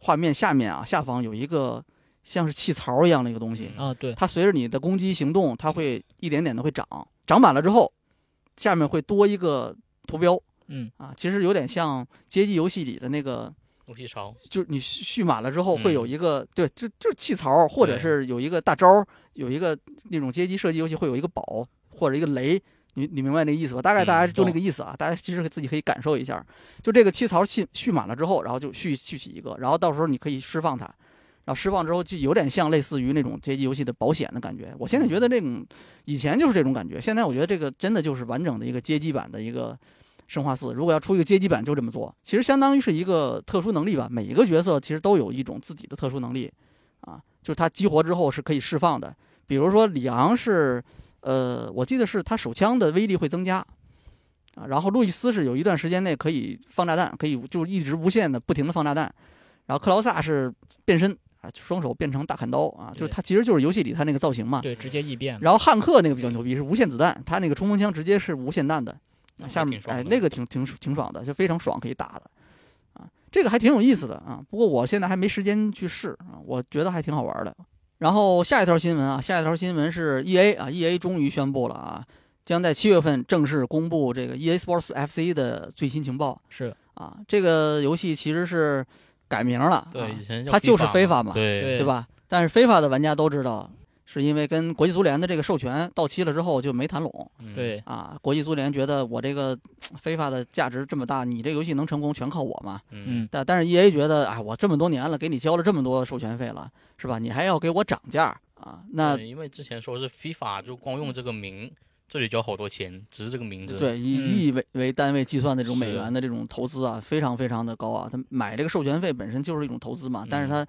[SPEAKER 1] 画面下面啊，下方有一个像是气槽一样的一个东西，
[SPEAKER 2] 嗯
[SPEAKER 3] 啊，对，
[SPEAKER 1] 它随着你的攻击行动，它会一点点的会涨，涨满了之后，下面会多一个图标
[SPEAKER 3] 嗯，
[SPEAKER 1] 啊，其实有点像街机游戏里的那个
[SPEAKER 2] 游戏潮，
[SPEAKER 1] 就是你蓄蓄满了之后
[SPEAKER 2] 嗯
[SPEAKER 1] 会有一个、对，就就是气槽，或者
[SPEAKER 2] 对
[SPEAKER 1] 是有一个大招儿，有一个那种街机射击游戏会有一个宝或者一个雷，你你明白那意思吧？大概
[SPEAKER 2] 嗯
[SPEAKER 1] 大家就那个意思啊，大家其实自己可以感受一下，就这个气槽蓄蓄满了之后，然后就蓄蓄起一个，然后到时候你可以释放它。然后释放之后就有点像类似于那种街机游戏的保险的感觉。我现在觉得这种以前就是这种感觉，现在我觉得这个真的就是完整的一个街机版的一个生化四，如果要出一个街机版，就这么做，其实相当于是一个特殊能力吧。每一个角色其实都有一种自己的特殊能力，啊，就是他激活之后是可以释放的。比如说里昂是，呃，我记得是他手枪的威力会增加，啊，然后路易斯是有一段时间内可以放炸弹，可以就是一直无限的不停的放炸弹，然后克劳萨是变身啊，双手变成大砍刀啊，就是
[SPEAKER 3] 对
[SPEAKER 1] 他其实就是游戏里他那个造型嘛。
[SPEAKER 3] 对，直接异
[SPEAKER 2] 嗯
[SPEAKER 3] 变，
[SPEAKER 1] 然后汉克那个比较牛逼，是无限子弹，他那个冲锋枪直接是无限弹的，
[SPEAKER 2] 啊
[SPEAKER 1] 下
[SPEAKER 2] 还
[SPEAKER 1] 面
[SPEAKER 2] 挺爽
[SPEAKER 1] 哎
[SPEAKER 2] 的
[SPEAKER 1] 那个挺挺挺爽的，就非常爽可以打的，啊，这个还挺有意思的啊。不过我现在还没时间去试啊，我觉得还挺好玩的。然后下一条新闻啊，下一条新闻是 E A 啊，E A 终于宣布了啊，将在七月份正式公布这个 E A Sports F C 的最新情报
[SPEAKER 3] 是
[SPEAKER 1] 啊。这个游戏其实是改名了，啊
[SPEAKER 2] 对，以前叫
[SPEAKER 1] 它就是 FIFA
[SPEAKER 2] FIFA 嘛
[SPEAKER 1] 嘛
[SPEAKER 2] 对嗯
[SPEAKER 1] 对吧？但是 FIFA 的玩家都知道，是因为跟国际足联的这个授权到期了之后就没谈拢
[SPEAKER 2] 嗯
[SPEAKER 3] 对，
[SPEAKER 1] 啊。国际足联觉得我这个 FIFA 的价值这么大，你这游戏能成功全靠我嘛？
[SPEAKER 2] 嗯
[SPEAKER 3] 嗯，
[SPEAKER 1] 但但是 EA 觉得，哎，我这么多年了，给你交了这么多授权费了，是吧？你还要给我涨价啊？那
[SPEAKER 2] 对因为之前说是 FIFA，就光用这个名，这里就要好多钱，只是这个名字。
[SPEAKER 1] 对，以
[SPEAKER 3] 嗯
[SPEAKER 1] 以亿为为单位计算的这种美
[SPEAKER 2] 是
[SPEAKER 1] 元的这种投资啊，非常非常的高啊。他买这个授权费本身就是一种投资嘛，但是
[SPEAKER 2] 嗯
[SPEAKER 1] 它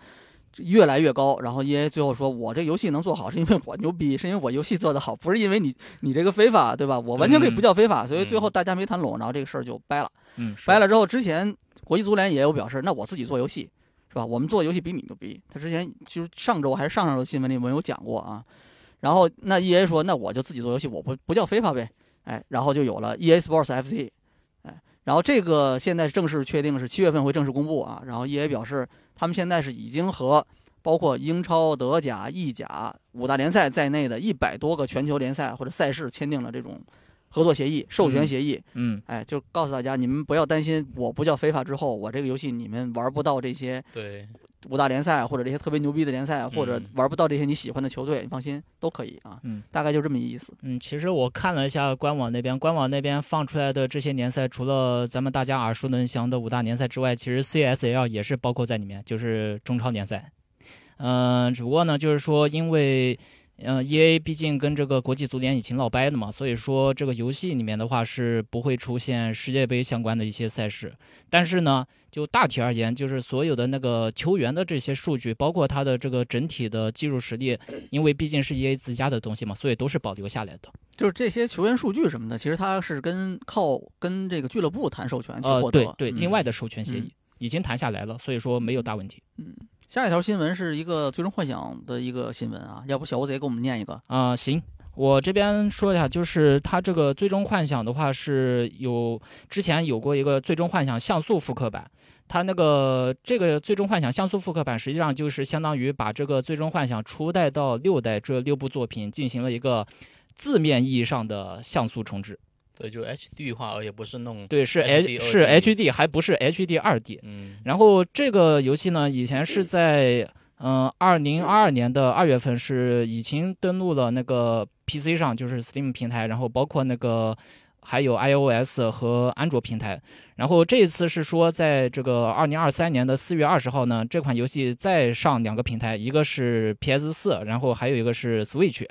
[SPEAKER 1] 越来越高。然后 E A 最后说，我这游戏能做好，是因为我牛逼，是因为我游戏做得好，不是因为你你这个非法，对吧？我完全
[SPEAKER 2] 嗯
[SPEAKER 1] 可以不叫非法，所以最后大家没谈拢，然后这个事儿就掰了。
[SPEAKER 3] 嗯，是
[SPEAKER 1] 掰了之后，之前国际足联也有表示，那我自己做游戏是吧？我们做游戏比你牛逼。他之前就是上周还是上上周新闻里我们有讲过啊。然后那 E A 说，那我就自己做游戏，我不不叫非法呗，哎，然后就有了 E A Sports F C，哎，然后这个现在正式确定是七月份会正式公布啊。然后 EA 表示，他们现在是已经和包括英超、德甲、意甲五大联赛在内的一百多个全球联赛或者赛事签订了这种合作协议、授权协议。
[SPEAKER 3] 嗯，
[SPEAKER 1] 哎，就告诉大家，你们不要担心，我不叫非法之后，我这个游戏你们玩不到这些
[SPEAKER 2] 对，
[SPEAKER 1] 五大联赛或者这些特别牛逼的联赛，或者
[SPEAKER 2] 嗯
[SPEAKER 1] 玩不到这些你喜欢的球队，你放心都可以啊。
[SPEAKER 3] 嗯，
[SPEAKER 1] 大概就这么意思。
[SPEAKER 3] 嗯，其实我看了一下官网那边，官网那边放出来的这些联赛，除了咱们大家耳熟能详的五大联赛之外，其实 CSL 也是包括在里面，就是中超联赛。嗯、只不过呢，就是说因为。嗯、e a 毕竟跟这个国际足联已经闹掰了嘛，所以说这个游戏里面的话是不会出现世界杯相关的一些赛事。但是呢，就大体而言，就是所有的那个球员的这些数据，包括他的这个整体的技术实力，因为毕竟是 EA 自家的东西嘛，所以都是保留下来的。
[SPEAKER 1] 就是这些球员数据什么的，其实他是跟靠跟这个俱乐部谈授权去
[SPEAKER 3] 呃
[SPEAKER 1] 获，得。
[SPEAKER 3] 对对，
[SPEAKER 1] 嗯
[SPEAKER 3] 另外的授权协
[SPEAKER 1] 嗯
[SPEAKER 3] 议已经谈下来了，所以说没有大问题
[SPEAKER 1] 下一条新闻是一个《最终幻想》的一个新闻啊，要不小吴贼给我们念一个？
[SPEAKER 3] 啊、行。我这边说一下，就是它这个《最终幻想》的话是有之前有过一个《最终幻想》像素复刻版，它那个这个《最终幻想》像素复刻版实际上就是相当于把这个《最终幻想》初代到六代这六部作品进行了一个字面意义上的像素重置，
[SPEAKER 2] 对，就 HD 化，而且不是那种，
[SPEAKER 3] 对，是
[SPEAKER 2] HD
[SPEAKER 3] H 是
[SPEAKER 2] 2D
[SPEAKER 3] HD，还不是 HD 二 D，
[SPEAKER 2] 嗯，
[SPEAKER 3] 然后这个游戏呢，以前是在嗯二零二二年的二月份是已经登录了那个 PC 上，就是 Steam 平台，然后包括那个还有 iOS 和安卓平台。然后这一次是说，在这个二零二三年的四月二十号呢，这款游戏再上两个平台，一个是 PS 四，然后还有一个是 Switch。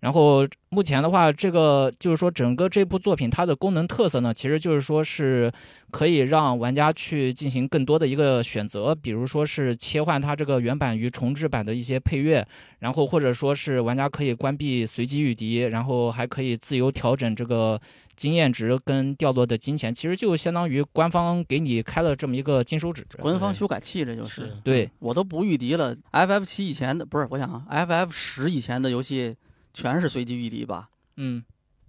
[SPEAKER 3] 然后目前的话，这个就是说整个这部作品它的功能特色呢，其实就是说是可以让玩家去进行更多的一个选择，比如说是切换它这个原版与重置版的一些配乐，然后或者说是玩家可以关闭随机遇敌，然后还可以自由调整这个经验值跟掉落的金钱，其实就相当于官方给你开了这么一个金手指。
[SPEAKER 1] 官方修改器，这就是。
[SPEAKER 2] 是
[SPEAKER 3] 对，
[SPEAKER 1] 我都不御敌了，FF 七以前的不是，我想啊，FF 十以前的游戏全是随机御敌吧？
[SPEAKER 3] 嗯，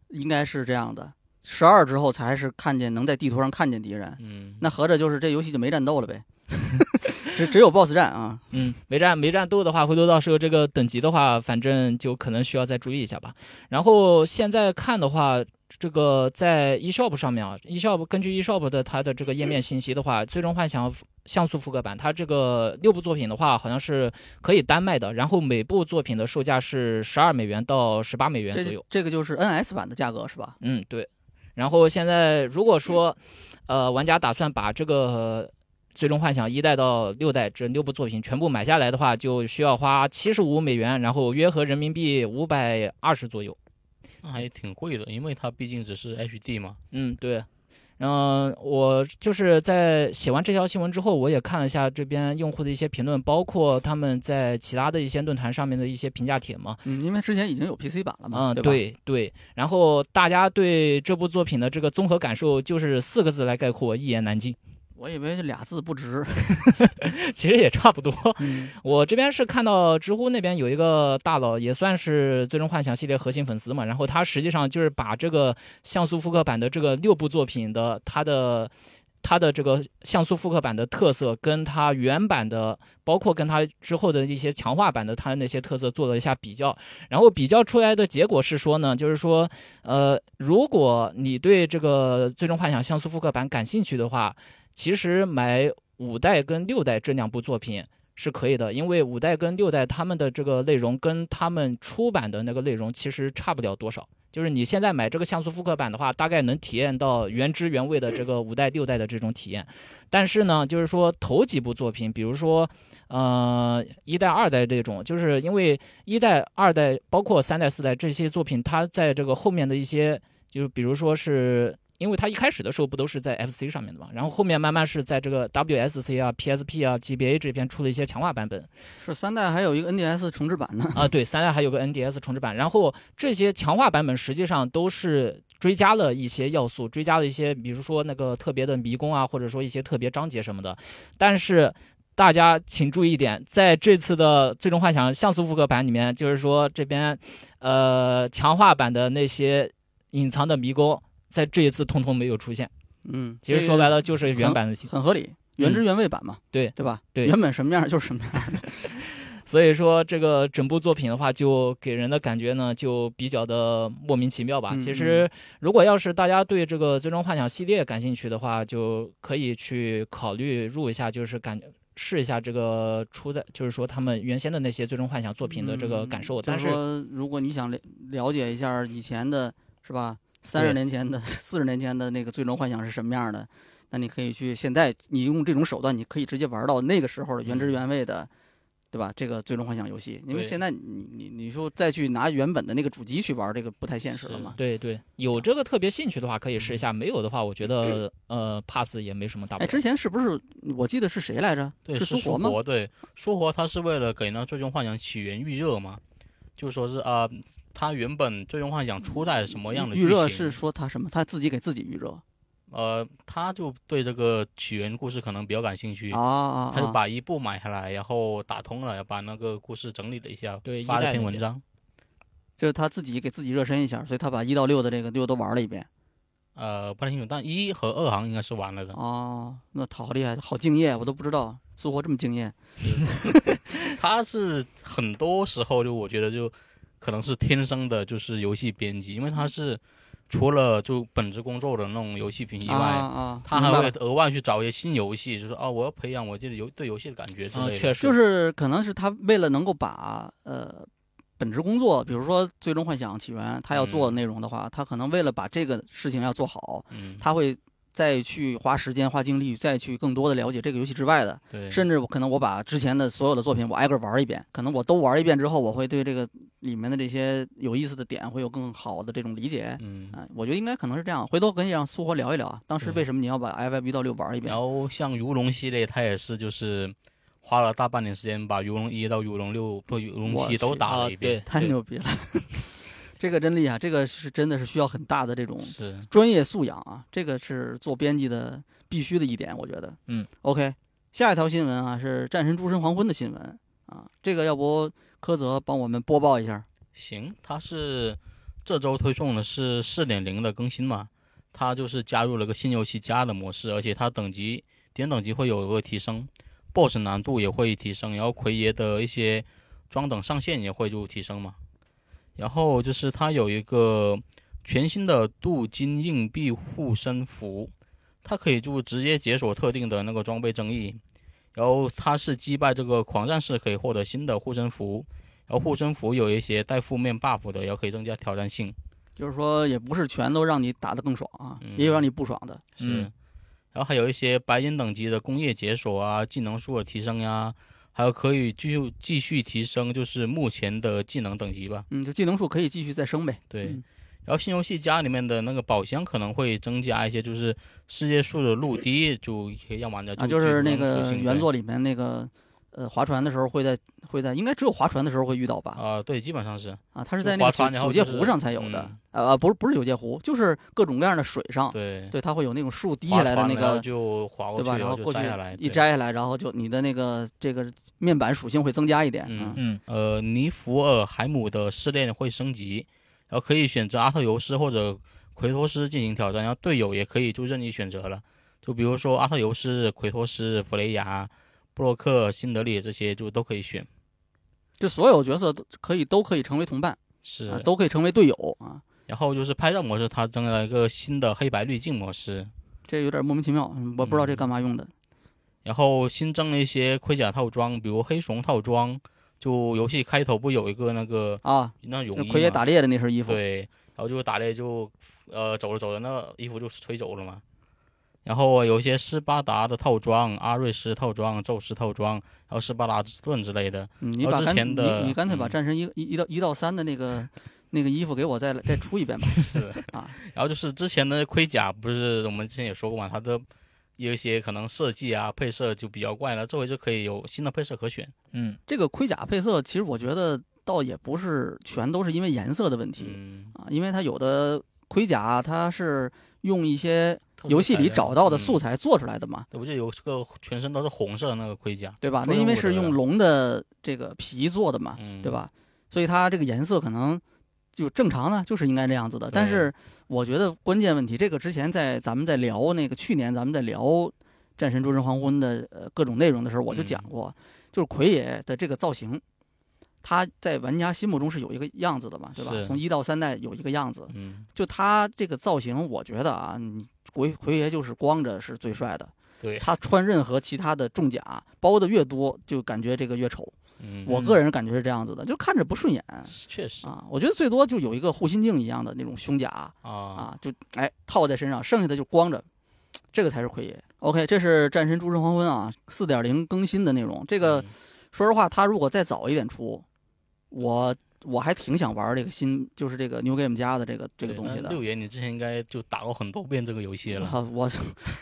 [SPEAKER 1] 应该是这样的。十二之后才是看见能在地图上看见敌人，
[SPEAKER 2] 嗯，
[SPEAKER 1] 那合着就是这游戏就没战斗了呗， 只只有 BOSS 战啊。
[SPEAKER 3] 嗯，没战没战斗的话，回头到时候这个等级的话，反正就可能需要再注意一下吧。然后现在看的话，这个在 eShop 上面啊，eShop 根据 eShop 的它的这个页面信息的话，《最终幻想》像素复刻版，它这个六部作品的话，好像是可以单卖的，然后每部作品的售价是十二美元到十八美元
[SPEAKER 1] 这
[SPEAKER 3] 左右
[SPEAKER 1] 就。这个就是 NS 版的价格是吧？
[SPEAKER 3] 嗯，对。然后现在如果说，呃，玩家打算把这个《最终幻想》一代到六代这六部作品全部买下来的话，就需要花七十五美元，然后约合人民币五百二十左右。
[SPEAKER 2] 那还挺贵的，因为它毕竟只是 HD 嘛，
[SPEAKER 3] 嗯，对。嗯，我就是在写完这条新闻之后，我也看了一下这边用户的一些评论，包括他们在其他的一些论坛上面的一些评价帖嘛。
[SPEAKER 1] 嗯，因为之前已经有 PC 版了嘛，
[SPEAKER 3] 嗯，
[SPEAKER 1] 吧？
[SPEAKER 3] 对对。然后大家对这部作品的这个综合感受就是四个字来概括：一言难尽。
[SPEAKER 1] 我以为这俩字不值。
[SPEAKER 3] 其实也差不多。
[SPEAKER 1] 嗯
[SPEAKER 3] 我这边是看到知乎那边有一个大佬，也算是《最终幻想》系列核心粉丝嘛，然后他实际上就是把这个像素复刻版的这个六部作品的它的。它的这个像素复刻版的特色，跟它原版的，包括跟它之后的一些强化版的，它那些特色做了一下比较，然后比较出来的结果是说呢，就是说，呃，如果你对这个《最终幻想》像素复刻版感兴趣的话，其实买五代跟六代这两部作品，是可以的，因为五代跟六代他们的这个内容跟他们出版的那个内容其实差不了多少。就是你现在买这个像素复刻版的话，大概能体验到原汁原味的这个五代六代的这种体验。但是呢，就是说头几部作品，比如说呃一代二代这种，就是因为一代二代包括三代四代这些作品，它在这个后面的一些，就是比如说是。因为它一开始的时候不都是在 FC 上面的嘛，然后后面慢慢是在这个 WSC 啊、PSP 啊、GBA 这边出了一些强化版本，
[SPEAKER 1] 是三代还有一个 NDS 重置版呢。
[SPEAKER 3] 啊，对，三代还有个 NDS 重置版，然后这些强化版本实际上都是追加了一些要素，追加了一些，比如说那个特别的迷宫啊，或者说一些特别章节什么的。但是大家请注意一点，在这次的《最终幻想》像素复刻版里面，就是说这边，呃，强化版的那些隐藏的迷宫，在这一次通通没有出现。
[SPEAKER 1] 嗯，
[SPEAKER 3] 其实说白了就是原版的，
[SPEAKER 1] 很合理，原汁原味版嘛，
[SPEAKER 3] 对
[SPEAKER 1] 对吧？
[SPEAKER 3] 对
[SPEAKER 1] 原本什么样就是什么样。
[SPEAKER 3] 所以说这个整部作品的话，就给人的感觉呢，就比较的莫名其妙吧。
[SPEAKER 1] 嗯
[SPEAKER 3] 其实，如果要是大家对这个《最终幻想》系列感兴趣的话，就可以去考虑入一下，就是感试一下这个初代，就是说他们原先的那些《最终幻想》作品的这个感受。
[SPEAKER 1] 嗯就
[SPEAKER 3] 但
[SPEAKER 1] 是
[SPEAKER 3] 是，
[SPEAKER 1] 说，如果你想了了解一下以前的，是吧？三十
[SPEAKER 3] 对
[SPEAKER 1] 年前的、 四十年前的那个《最终幻想》是什么样的？那你可以去现在，你用这种手段，你可以直接玩到那个时候的原汁
[SPEAKER 2] 嗯
[SPEAKER 1] 原味的，对吧？这个《最终幻想》游戏，因为
[SPEAKER 2] 对
[SPEAKER 1] 现在你你你说再去拿原本的那个主机去玩，这个不太现实了
[SPEAKER 2] 是
[SPEAKER 1] 嘛。
[SPEAKER 3] 对对，有这个特别兴趣的话可以试一下，没有的话，我觉得呃 pass 也没什么大
[SPEAKER 1] 嗯
[SPEAKER 3] 不
[SPEAKER 1] 哎，
[SPEAKER 3] 了。
[SPEAKER 1] 之前是不是我记得是谁来着？
[SPEAKER 2] 对，
[SPEAKER 1] 是苏
[SPEAKER 2] 活
[SPEAKER 1] 活吗？
[SPEAKER 2] 对，苏活他是为了给那《最终幻想》起源预热嘛，就说是啊、他原本《最终幻想》初代是什么样的
[SPEAKER 1] 预热
[SPEAKER 2] 剧情
[SPEAKER 1] 是说他什么？他自己给自己预热
[SPEAKER 2] 呃，他就对这个起源故事可能比较感兴趣，
[SPEAKER 1] 啊啊啊！
[SPEAKER 2] 他就把一部买下来，然后打通了，把那个故事整理了一下，
[SPEAKER 3] 对
[SPEAKER 2] 发
[SPEAKER 3] 一代
[SPEAKER 2] 了篇
[SPEAKER 3] 那
[SPEAKER 2] 文
[SPEAKER 3] 边
[SPEAKER 2] 章。
[SPEAKER 1] 就是他自己给自己热身一下，所以他把一到六的这个六都玩了一遍。
[SPEAKER 2] 呃，不太清楚，但一和二好像应该是完了的。
[SPEAKER 1] 哦，那他好厉害，好敬业，我都不知道苏活这么敬业。
[SPEAKER 2] 他是很多时候就我觉得就可能是天生的，就是游戏编辑，因为他
[SPEAKER 1] 嗯
[SPEAKER 2] 是除了就本职工作的那种游戏评以外，
[SPEAKER 1] 啊啊，
[SPEAKER 2] 他还
[SPEAKER 1] 明白
[SPEAKER 2] 会
[SPEAKER 1] 了
[SPEAKER 2] 额外去找一些新游戏，就是啊，我要培养我这个游对游戏的感觉之
[SPEAKER 3] 啊，
[SPEAKER 2] 类的。
[SPEAKER 3] 确实
[SPEAKER 1] 就是可能是他为了能够把呃本职工作，比如说《最终幻想起源》，他要做的内容的话，他可能为了把这个事情要做好，
[SPEAKER 2] 嗯，
[SPEAKER 1] 他会再去花时间、花精力，再去更多的了解这个游戏之外的。
[SPEAKER 2] 对，
[SPEAKER 1] 甚至我可能我把之前的所有的作品我挨个玩一遍，可能我都玩一遍之后，我会对这个里面的这些有意思的点会有更好的这种理解。
[SPEAKER 2] 嗯。
[SPEAKER 1] 嗯，我觉得应该可能是这样。回头可以让苏活聊一聊啊，当时
[SPEAKER 2] 对
[SPEAKER 1] 为什么你要把 FF 一到六玩一遍
[SPEAKER 2] 然？后像《如龙》系列，他也是就是花了大半年时间把《如龙一》到《如龙六》和《如龙
[SPEAKER 1] 我
[SPEAKER 2] 七》都
[SPEAKER 1] 去
[SPEAKER 2] 打
[SPEAKER 3] 啊
[SPEAKER 2] 了一遍。
[SPEAKER 1] 太牛逼了， 这个真厉害，这个是真的是需要很大的这种
[SPEAKER 2] 是，
[SPEAKER 1] 专业素养啊，这个是做编辑的必须的一点，我觉得。
[SPEAKER 3] 嗯
[SPEAKER 1] ，OK，下一条新闻啊是《战神：诸神黄昏》的新闻啊，这个要不柯泽帮我们播报一下？
[SPEAKER 2] 行，它是这周推送的是四点零的更新嘛，它就是加入了个新游戏加的模式，而且它等级点等级会有个提升，BOSS 难度也会提升，然后奎爷的一些装等上限也会就提升嘛。然后就是它有一个全新的镀金硬币护身符，它可以就直接解锁特定的那个装备争议，然后它是击败这个狂战士可以获得新的护身符。然
[SPEAKER 1] 嗯
[SPEAKER 2] 后护身符有一些带负面 buff 的，也可以增加挑战性。
[SPEAKER 1] 就是说也不是全都让你打得更爽啊，
[SPEAKER 2] 嗯
[SPEAKER 1] 也有让你不爽的。
[SPEAKER 2] 是，
[SPEAKER 3] 嗯
[SPEAKER 2] 然后还有一些白银等级的工业解锁啊，技能数的提升呀、还有可以继续继续提升，就是目前的技能等级吧。
[SPEAKER 1] 嗯，就技能数可以继续再升呗。
[SPEAKER 2] 对，
[SPEAKER 1] 嗯
[SPEAKER 2] 然后新游戏加里面的那个宝箱可能会增加一些，就是世界树的陆地，就可以让玩家
[SPEAKER 1] 啊，就是那
[SPEAKER 2] 呃就
[SPEAKER 1] 个
[SPEAKER 2] 行
[SPEAKER 1] 原
[SPEAKER 2] 对
[SPEAKER 1] 作里面那个，呃，划船的时候会在会在，应该只有划船的时候会遇到吧？
[SPEAKER 2] 啊、对，基本上是
[SPEAKER 1] 啊，它是
[SPEAKER 2] 就
[SPEAKER 1] 在那个
[SPEAKER 2] 划
[SPEAKER 1] 九
[SPEAKER 2] 船然
[SPEAKER 1] 九
[SPEAKER 2] 后
[SPEAKER 1] 界
[SPEAKER 2] 就是
[SPEAKER 1] 湖上才有的
[SPEAKER 2] 嗯，
[SPEAKER 1] 呃、啊，不是不是九界湖，就是各种各样的水上，
[SPEAKER 2] 对，
[SPEAKER 1] 对，它会有那种树滴下
[SPEAKER 2] 划
[SPEAKER 1] 来的
[SPEAKER 2] 船
[SPEAKER 1] 那
[SPEAKER 2] 然后
[SPEAKER 1] 个，
[SPEAKER 2] 就划过
[SPEAKER 1] 对
[SPEAKER 2] 去，
[SPEAKER 1] 吧？然后
[SPEAKER 2] 就
[SPEAKER 1] 过去
[SPEAKER 2] 摘下来，
[SPEAKER 1] 一
[SPEAKER 2] 对
[SPEAKER 1] 摘下来，然后就你的那个这个面板属性会增加一点，
[SPEAKER 2] 嗯
[SPEAKER 1] 嗯，
[SPEAKER 3] 嗯。
[SPEAKER 2] 呃，尼福尔海姆的试炼会升级，然后可以选择阿特尤斯或者奎托斯进行挑战，然后队友也可以就任意选择了，就比如说阿特尤斯、奎托斯、弗雷亚、布洛克、辛德利这些就都可以选。
[SPEAKER 1] 就所有角色都可以都可以成为同伴，
[SPEAKER 2] 是
[SPEAKER 1] 啊，，都可以成为队友啊，
[SPEAKER 2] 然后就是拍照模式，它增加了一个新的黑白滤镜模式，
[SPEAKER 1] 这有点莫名其妙，嗯我不知道这
[SPEAKER 2] 嗯
[SPEAKER 1] 干嘛用的。
[SPEAKER 2] 然后新增了一些盔甲套装，比如黑熊套装，就游戏开头不有一个那个
[SPEAKER 1] 啊，
[SPEAKER 2] 那泳
[SPEAKER 1] 就
[SPEAKER 2] 衣
[SPEAKER 1] 奎爷
[SPEAKER 2] 嘛
[SPEAKER 1] 打猎的那身衣服，
[SPEAKER 2] 对，然后就打猎就呃走着走着，那衣服就吹走了嘛。然后啊有一些斯巴达的套装、阿瑞斯套装、宙斯套装，还有斯巴达之盾之类的。
[SPEAKER 1] 嗯你
[SPEAKER 2] 然后
[SPEAKER 1] 把
[SPEAKER 2] 哦之
[SPEAKER 1] 干
[SPEAKER 2] 前的
[SPEAKER 1] 你你干脆把
[SPEAKER 2] 嗯
[SPEAKER 1] 战神一一一到一到三的那个那个衣服给我再来再出一遍吧。
[SPEAKER 2] 是
[SPEAKER 1] 啊，
[SPEAKER 2] 然后就是之前的盔甲，不是我们之前也说过嘛，它的有一些可能设计啊、配色就比较怪了，这回就可以有新的配色可选。
[SPEAKER 3] 嗯，
[SPEAKER 1] 这个盔甲配色，其实我觉得倒也不是全都是因为颜色的问题、
[SPEAKER 2] 嗯，
[SPEAKER 1] 啊，因为它有的盔甲它是用一些
[SPEAKER 2] 特殊
[SPEAKER 1] 游戏
[SPEAKER 2] 材
[SPEAKER 1] 里
[SPEAKER 2] 料
[SPEAKER 1] 找到的素。
[SPEAKER 2] 嗯
[SPEAKER 1] 材做出来的嘛，
[SPEAKER 2] 对我记得有这个全身都是红色的那个盔甲，
[SPEAKER 1] 对吧？
[SPEAKER 2] 做
[SPEAKER 1] 那因
[SPEAKER 2] 任
[SPEAKER 1] 为
[SPEAKER 2] 务
[SPEAKER 1] 是
[SPEAKER 2] 的
[SPEAKER 1] 用龙的这个皮做的嘛，
[SPEAKER 2] 嗯，
[SPEAKER 1] 对？吧？所以它这个颜色可能就正常呢，就是应该这样子的。
[SPEAKER 2] 对
[SPEAKER 1] 但是我觉得关键问题，这个之前在咱们在聊那个去年咱们在聊《战神：诸神黄昏》的呃各种内容的时候，我就
[SPEAKER 2] 嗯
[SPEAKER 1] 讲过，就是奎爷的这个造型，他在玩家心目中是有一个样子的嘛，对吧？
[SPEAKER 2] 是
[SPEAKER 1] 从一到三代有一个样子，
[SPEAKER 2] 嗯，
[SPEAKER 1] 就他这个造型，我觉得啊，你奎奎爷就是光着是最帅的，
[SPEAKER 2] 对，
[SPEAKER 1] 他穿任何其他的重甲包的越多，就感觉这个越丑。
[SPEAKER 2] 嗯，
[SPEAKER 1] 我个人感觉是这样子的，就看着不顺眼
[SPEAKER 2] 确实
[SPEAKER 1] 啊。我觉得最多就有一个护心镜一样的那种胸甲
[SPEAKER 2] 啊，
[SPEAKER 1] 啊，就哎套在身上，剩下的就光着，这个才是奎爷。OK，这是《战神：诸神黄昏》啊，四点零更新的内容。这
[SPEAKER 2] 这
[SPEAKER 1] 个说实话，他如果再早一点出，我我还挺想玩这个新，就是这个 New Game 加的这个这个东西的。
[SPEAKER 2] 六爷，你之前应该就打过很多遍这个游戏了，
[SPEAKER 1] 啊，我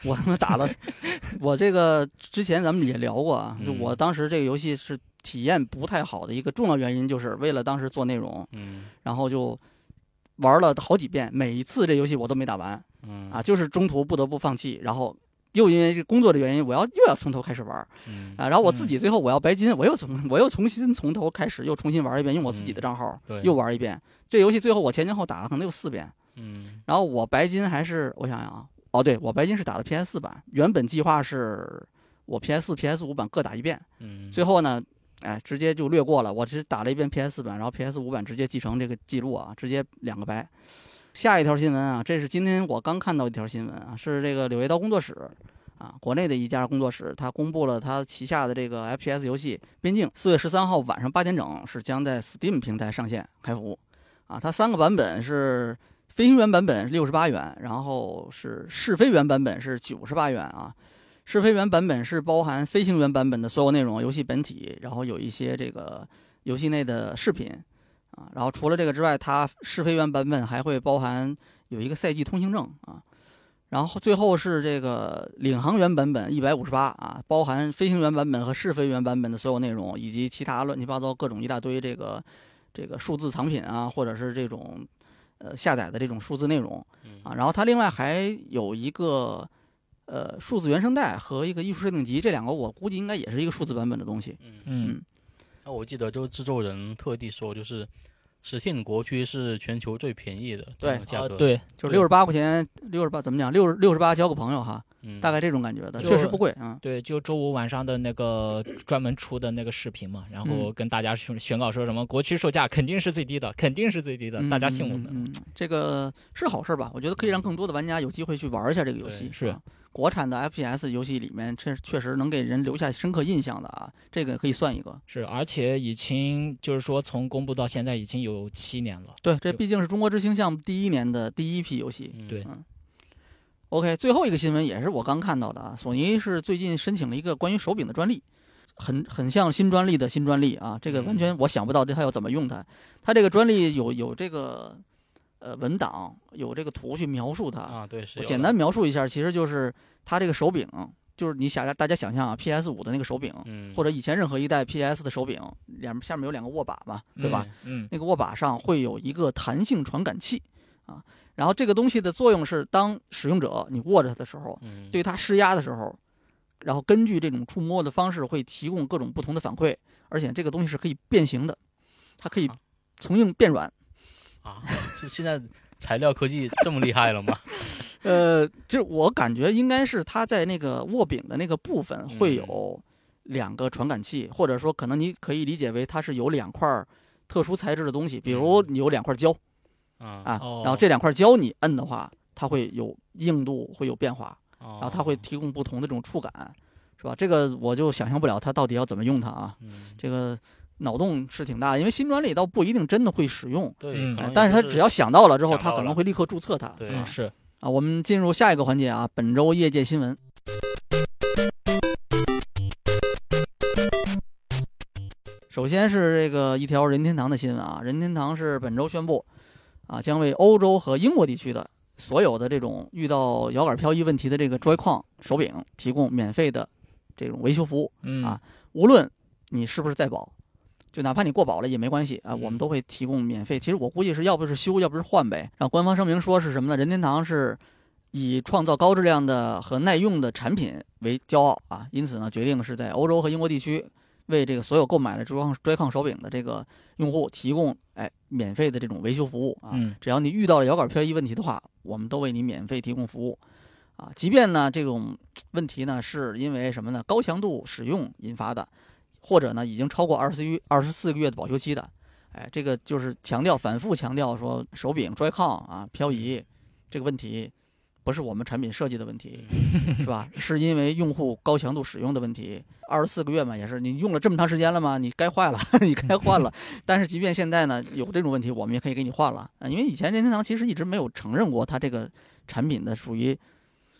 [SPEAKER 1] 我他妈打了， 我这个之前咱们也聊过啊，就
[SPEAKER 2] 嗯
[SPEAKER 1] 我当时这个游戏是体验不太好的一个重要原因，就是为了当时做内容，
[SPEAKER 2] 嗯
[SPEAKER 1] 然后就玩了好几遍，每一次这游戏我都没打完
[SPEAKER 2] 嗯
[SPEAKER 1] 啊，就是中途不得不放弃，然后又因为这工作的原因，我要又要从头开始玩儿
[SPEAKER 2] 嗯
[SPEAKER 1] 啊，然后我自己最后我要白金，我又从我又重新从头开始，又重新玩一遍，用我自己的账号
[SPEAKER 2] 嗯对
[SPEAKER 1] 又玩一遍，这游戏最后我前前后打了可能有四遍，
[SPEAKER 2] 嗯
[SPEAKER 1] 然后我白金还是我想想啊，哦对，我白金是打的 PS 四版，原本计划是我 PS 四、PS 五版各打一遍，
[SPEAKER 2] 嗯，
[SPEAKER 1] 最后呢，哎，直接就略过了。我只打了一遍 PS 版，然后 PS 五版直接继承这个记录啊，直接两个白。下一条新闻啊，这是今天我刚看到一条新闻啊，是这个柳叶刀工作室啊，国内的一家工作室，它公布了它旗下的这个 FPS 游戏《边境》，四月十三号晚上八点整是将在 Steam 平台上线开服啊。它三个版本是飞行员版本六十八元，然后是试飞员版本是九十八元啊。试飞员版本是包含飞行员版本的所有内容、游戏本体，然后有一些这个游戏内的饰品啊。然后除了这个之外，它试飞员版本还会包含有一个赛季通行证啊。然后最后是这个领航员版本一百五十八啊，包含飞行员版本和试飞员版本的所有内容，以及其他乱七八糟各种一大堆这个这个数字藏品啊，或者是这种呃下载的这种数字内容啊。然后它另外还有一个呃数字原声带和一个艺术设定集，这两个我估计应该也是一个数字版本的东西。
[SPEAKER 2] 嗯，
[SPEAKER 3] 嗯
[SPEAKER 2] 那我记得就是制作人特地说，就是实体国区是全球最便宜的这
[SPEAKER 1] 对
[SPEAKER 2] 种价
[SPEAKER 3] 啊
[SPEAKER 2] 格，，
[SPEAKER 3] 对，
[SPEAKER 1] 就是
[SPEAKER 3] 对
[SPEAKER 1] 六十八块钱，六十八怎么讲？六六十八交个朋友哈，
[SPEAKER 2] 嗯，
[SPEAKER 1] 大概这种感觉的，
[SPEAKER 3] 就
[SPEAKER 1] 确实不贵啊。
[SPEAKER 3] 对，就周五晚上的 那个专门出的那个视频嘛，然后
[SPEAKER 1] 嗯
[SPEAKER 3] 跟大家宣宣告说什么国区售价肯定是最低的，肯定是最低的，大家信我
[SPEAKER 1] 嗯
[SPEAKER 3] 们。
[SPEAKER 1] 嗯嗯这个是好事吧？我觉得可以让更多的玩家有机会去玩一下这个游戏。
[SPEAKER 2] 对
[SPEAKER 3] 是
[SPEAKER 1] 啊国产的 FPS 游戏里面，确确实能给人留下深刻印象的啊，这个可以算一个。
[SPEAKER 3] 是，而且已经就是说从公布到现在已经有七年了。
[SPEAKER 1] 对，这
[SPEAKER 3] 就
[SPEAKER 1] 毕竟是中国之星项目第一年的第一批游戏。
[SPEAKER 2] 嗯
[SPEAKER 3] 对
[SPEAKER 1] OK，最后一个新闻也是我刚看到的啊，索尼是最近申请了一个关于手柄的专利，很很像新专利的新专利啊，这个
[SPEAKER 2] 嗯
[SPEAKER 1] 完全我想不到它要怎么用它。它这个专利有有这个呃文档，有这个图去描述它。
[SPEAKER 2] 啊，对，是
[SPEAKER 1] 我
[SPEAKER 2] 有
[SPEAKER 1] 简
[SPEAKER 2] 的
[SPEAKER 1] 单，描述一下，其实就是它这个手柄，就是你想大家想象啊，PS 五的那个手柄，
[SPEAKER 2] 嗯，
[SPEAKER 1] 或
[SPEAKER 2] 者
[SPEAKER 1] 者以前任何一代 PS 的手柄，两下面有两个握把嘛，对吧？？
[SPEAKER 3] 嗯
[SPEAKER 1] 那个握把上会有一个弹性传感器啊，然后这个东西的作用是，当使用者你握着它的时候，
[SPEAKER 2] 嗯，
[SPEAKER 1] 对它施压的时候，然后根据这种触摸的方式会提供各种不同的反馈，而且这个东西是可以变形的，它可以
[SPEAKER 2] 啊
[SPEAKER 1] 从硬变软。
[SPEAKER 2] 啊，就现在材料科技这么厉害 了吗？
[SPEAKER 1] 呃，就是我感觉应该是它在那个握柄的那个部分会有两个传感器，或者说可能你可以理解为它是有两块儿特殊材质的东西，比如你有两块胶。
[SPEAKER 2] 啊，
[SPEAKER 1] 啊，
[SPEAKER 3] 哦
[SPEAKER 1] 然后这两块胶你摁的话，它会有硬度会有变化，
[SPEAKER 2] 然
[SPEAKER 1] 然后它
[SPEAKER 2] 哦
[SPEAKER 1] 会提供不同的这种触感，是吧？这个我就想象不了它到底要怎么用它啊，
[SPEAKER 2] 嗯，
[SPEAKER 1] 这个脑洞是挺大的，因为新专利倒不一定真的会使用，
[SPEAKER 2] 对，
[SPEAKER 3] 嗯
[SPEAKER 2] 可
[SPEAKER 1] 哎
[SPEAKER 2] 能
[SPEAKER 1] 但是它
[SPEAKER 2] 也就
[SPEAKER 1] 只要想到了之后，
[SPEAKER 2] 想到
[SPEAKER 1] 它可能
[SPEAKER 2] 了
[SPEAKER 1] 会立刻注册它。
[SPEAKER 2] 对
[SPEAKER 1] 啊
[SPEAKER 3] 嗯，是
[SPEAKER 1] 啊，我们进入下一个环节啊，本周业界新闻。首先是这个一条任天堂的新闻啊，任天堂是本周宣布，啊，将为欧洲和英国地区的所有的这种遇到摇杆漂移问题的这个 Joy-Con 手柄提供免费的这种维修服务，
[SPEAKER 3] 嗯
[SPEAKER 1] 啊无论你是不是在保，就哪怕你过保了也没关系啊，
[SPEAKER 2] 嗯
[SPEAKER 1] 我们都会提供免费。其实我估计是要不是修，要不是换呗。然后官方声明说是什么呢？任天堂是以创造高质量的和耐用的产品为骄傲啊，因此呢，决定是在欧洲和英国地区为这个所有购买了 Joy-Con Joy-Con 手柄的这个用户提供哎免费的这种维修服务啊。
[SPEAKER 3] 嗯
[SPEAKER 1] 只要你遇到了摇杆漂移问题的话，我们都为你免费提供服务。啊，即便呢这种问题呢是因为什么呢？高强度使用引发的，或者呢已经超过二十一二十四个月的保修期的，哎，这个就是强调反复强调说手柄 Joy-Con 啊漂
[SPEAKER 2] 嗯
[SPEAKER 1] 移这个问题，不是我们产品设计的问 题，是吧？是因为用户高强度使用的问题。二十四个月嘛，也是你用了这么长时间了吗？你该坏了， 你该换 了。但是即便现在呢有这种问题，我们也可以给你换了，啊因为以前任天堂其实一直没有承认过它这个产品的属于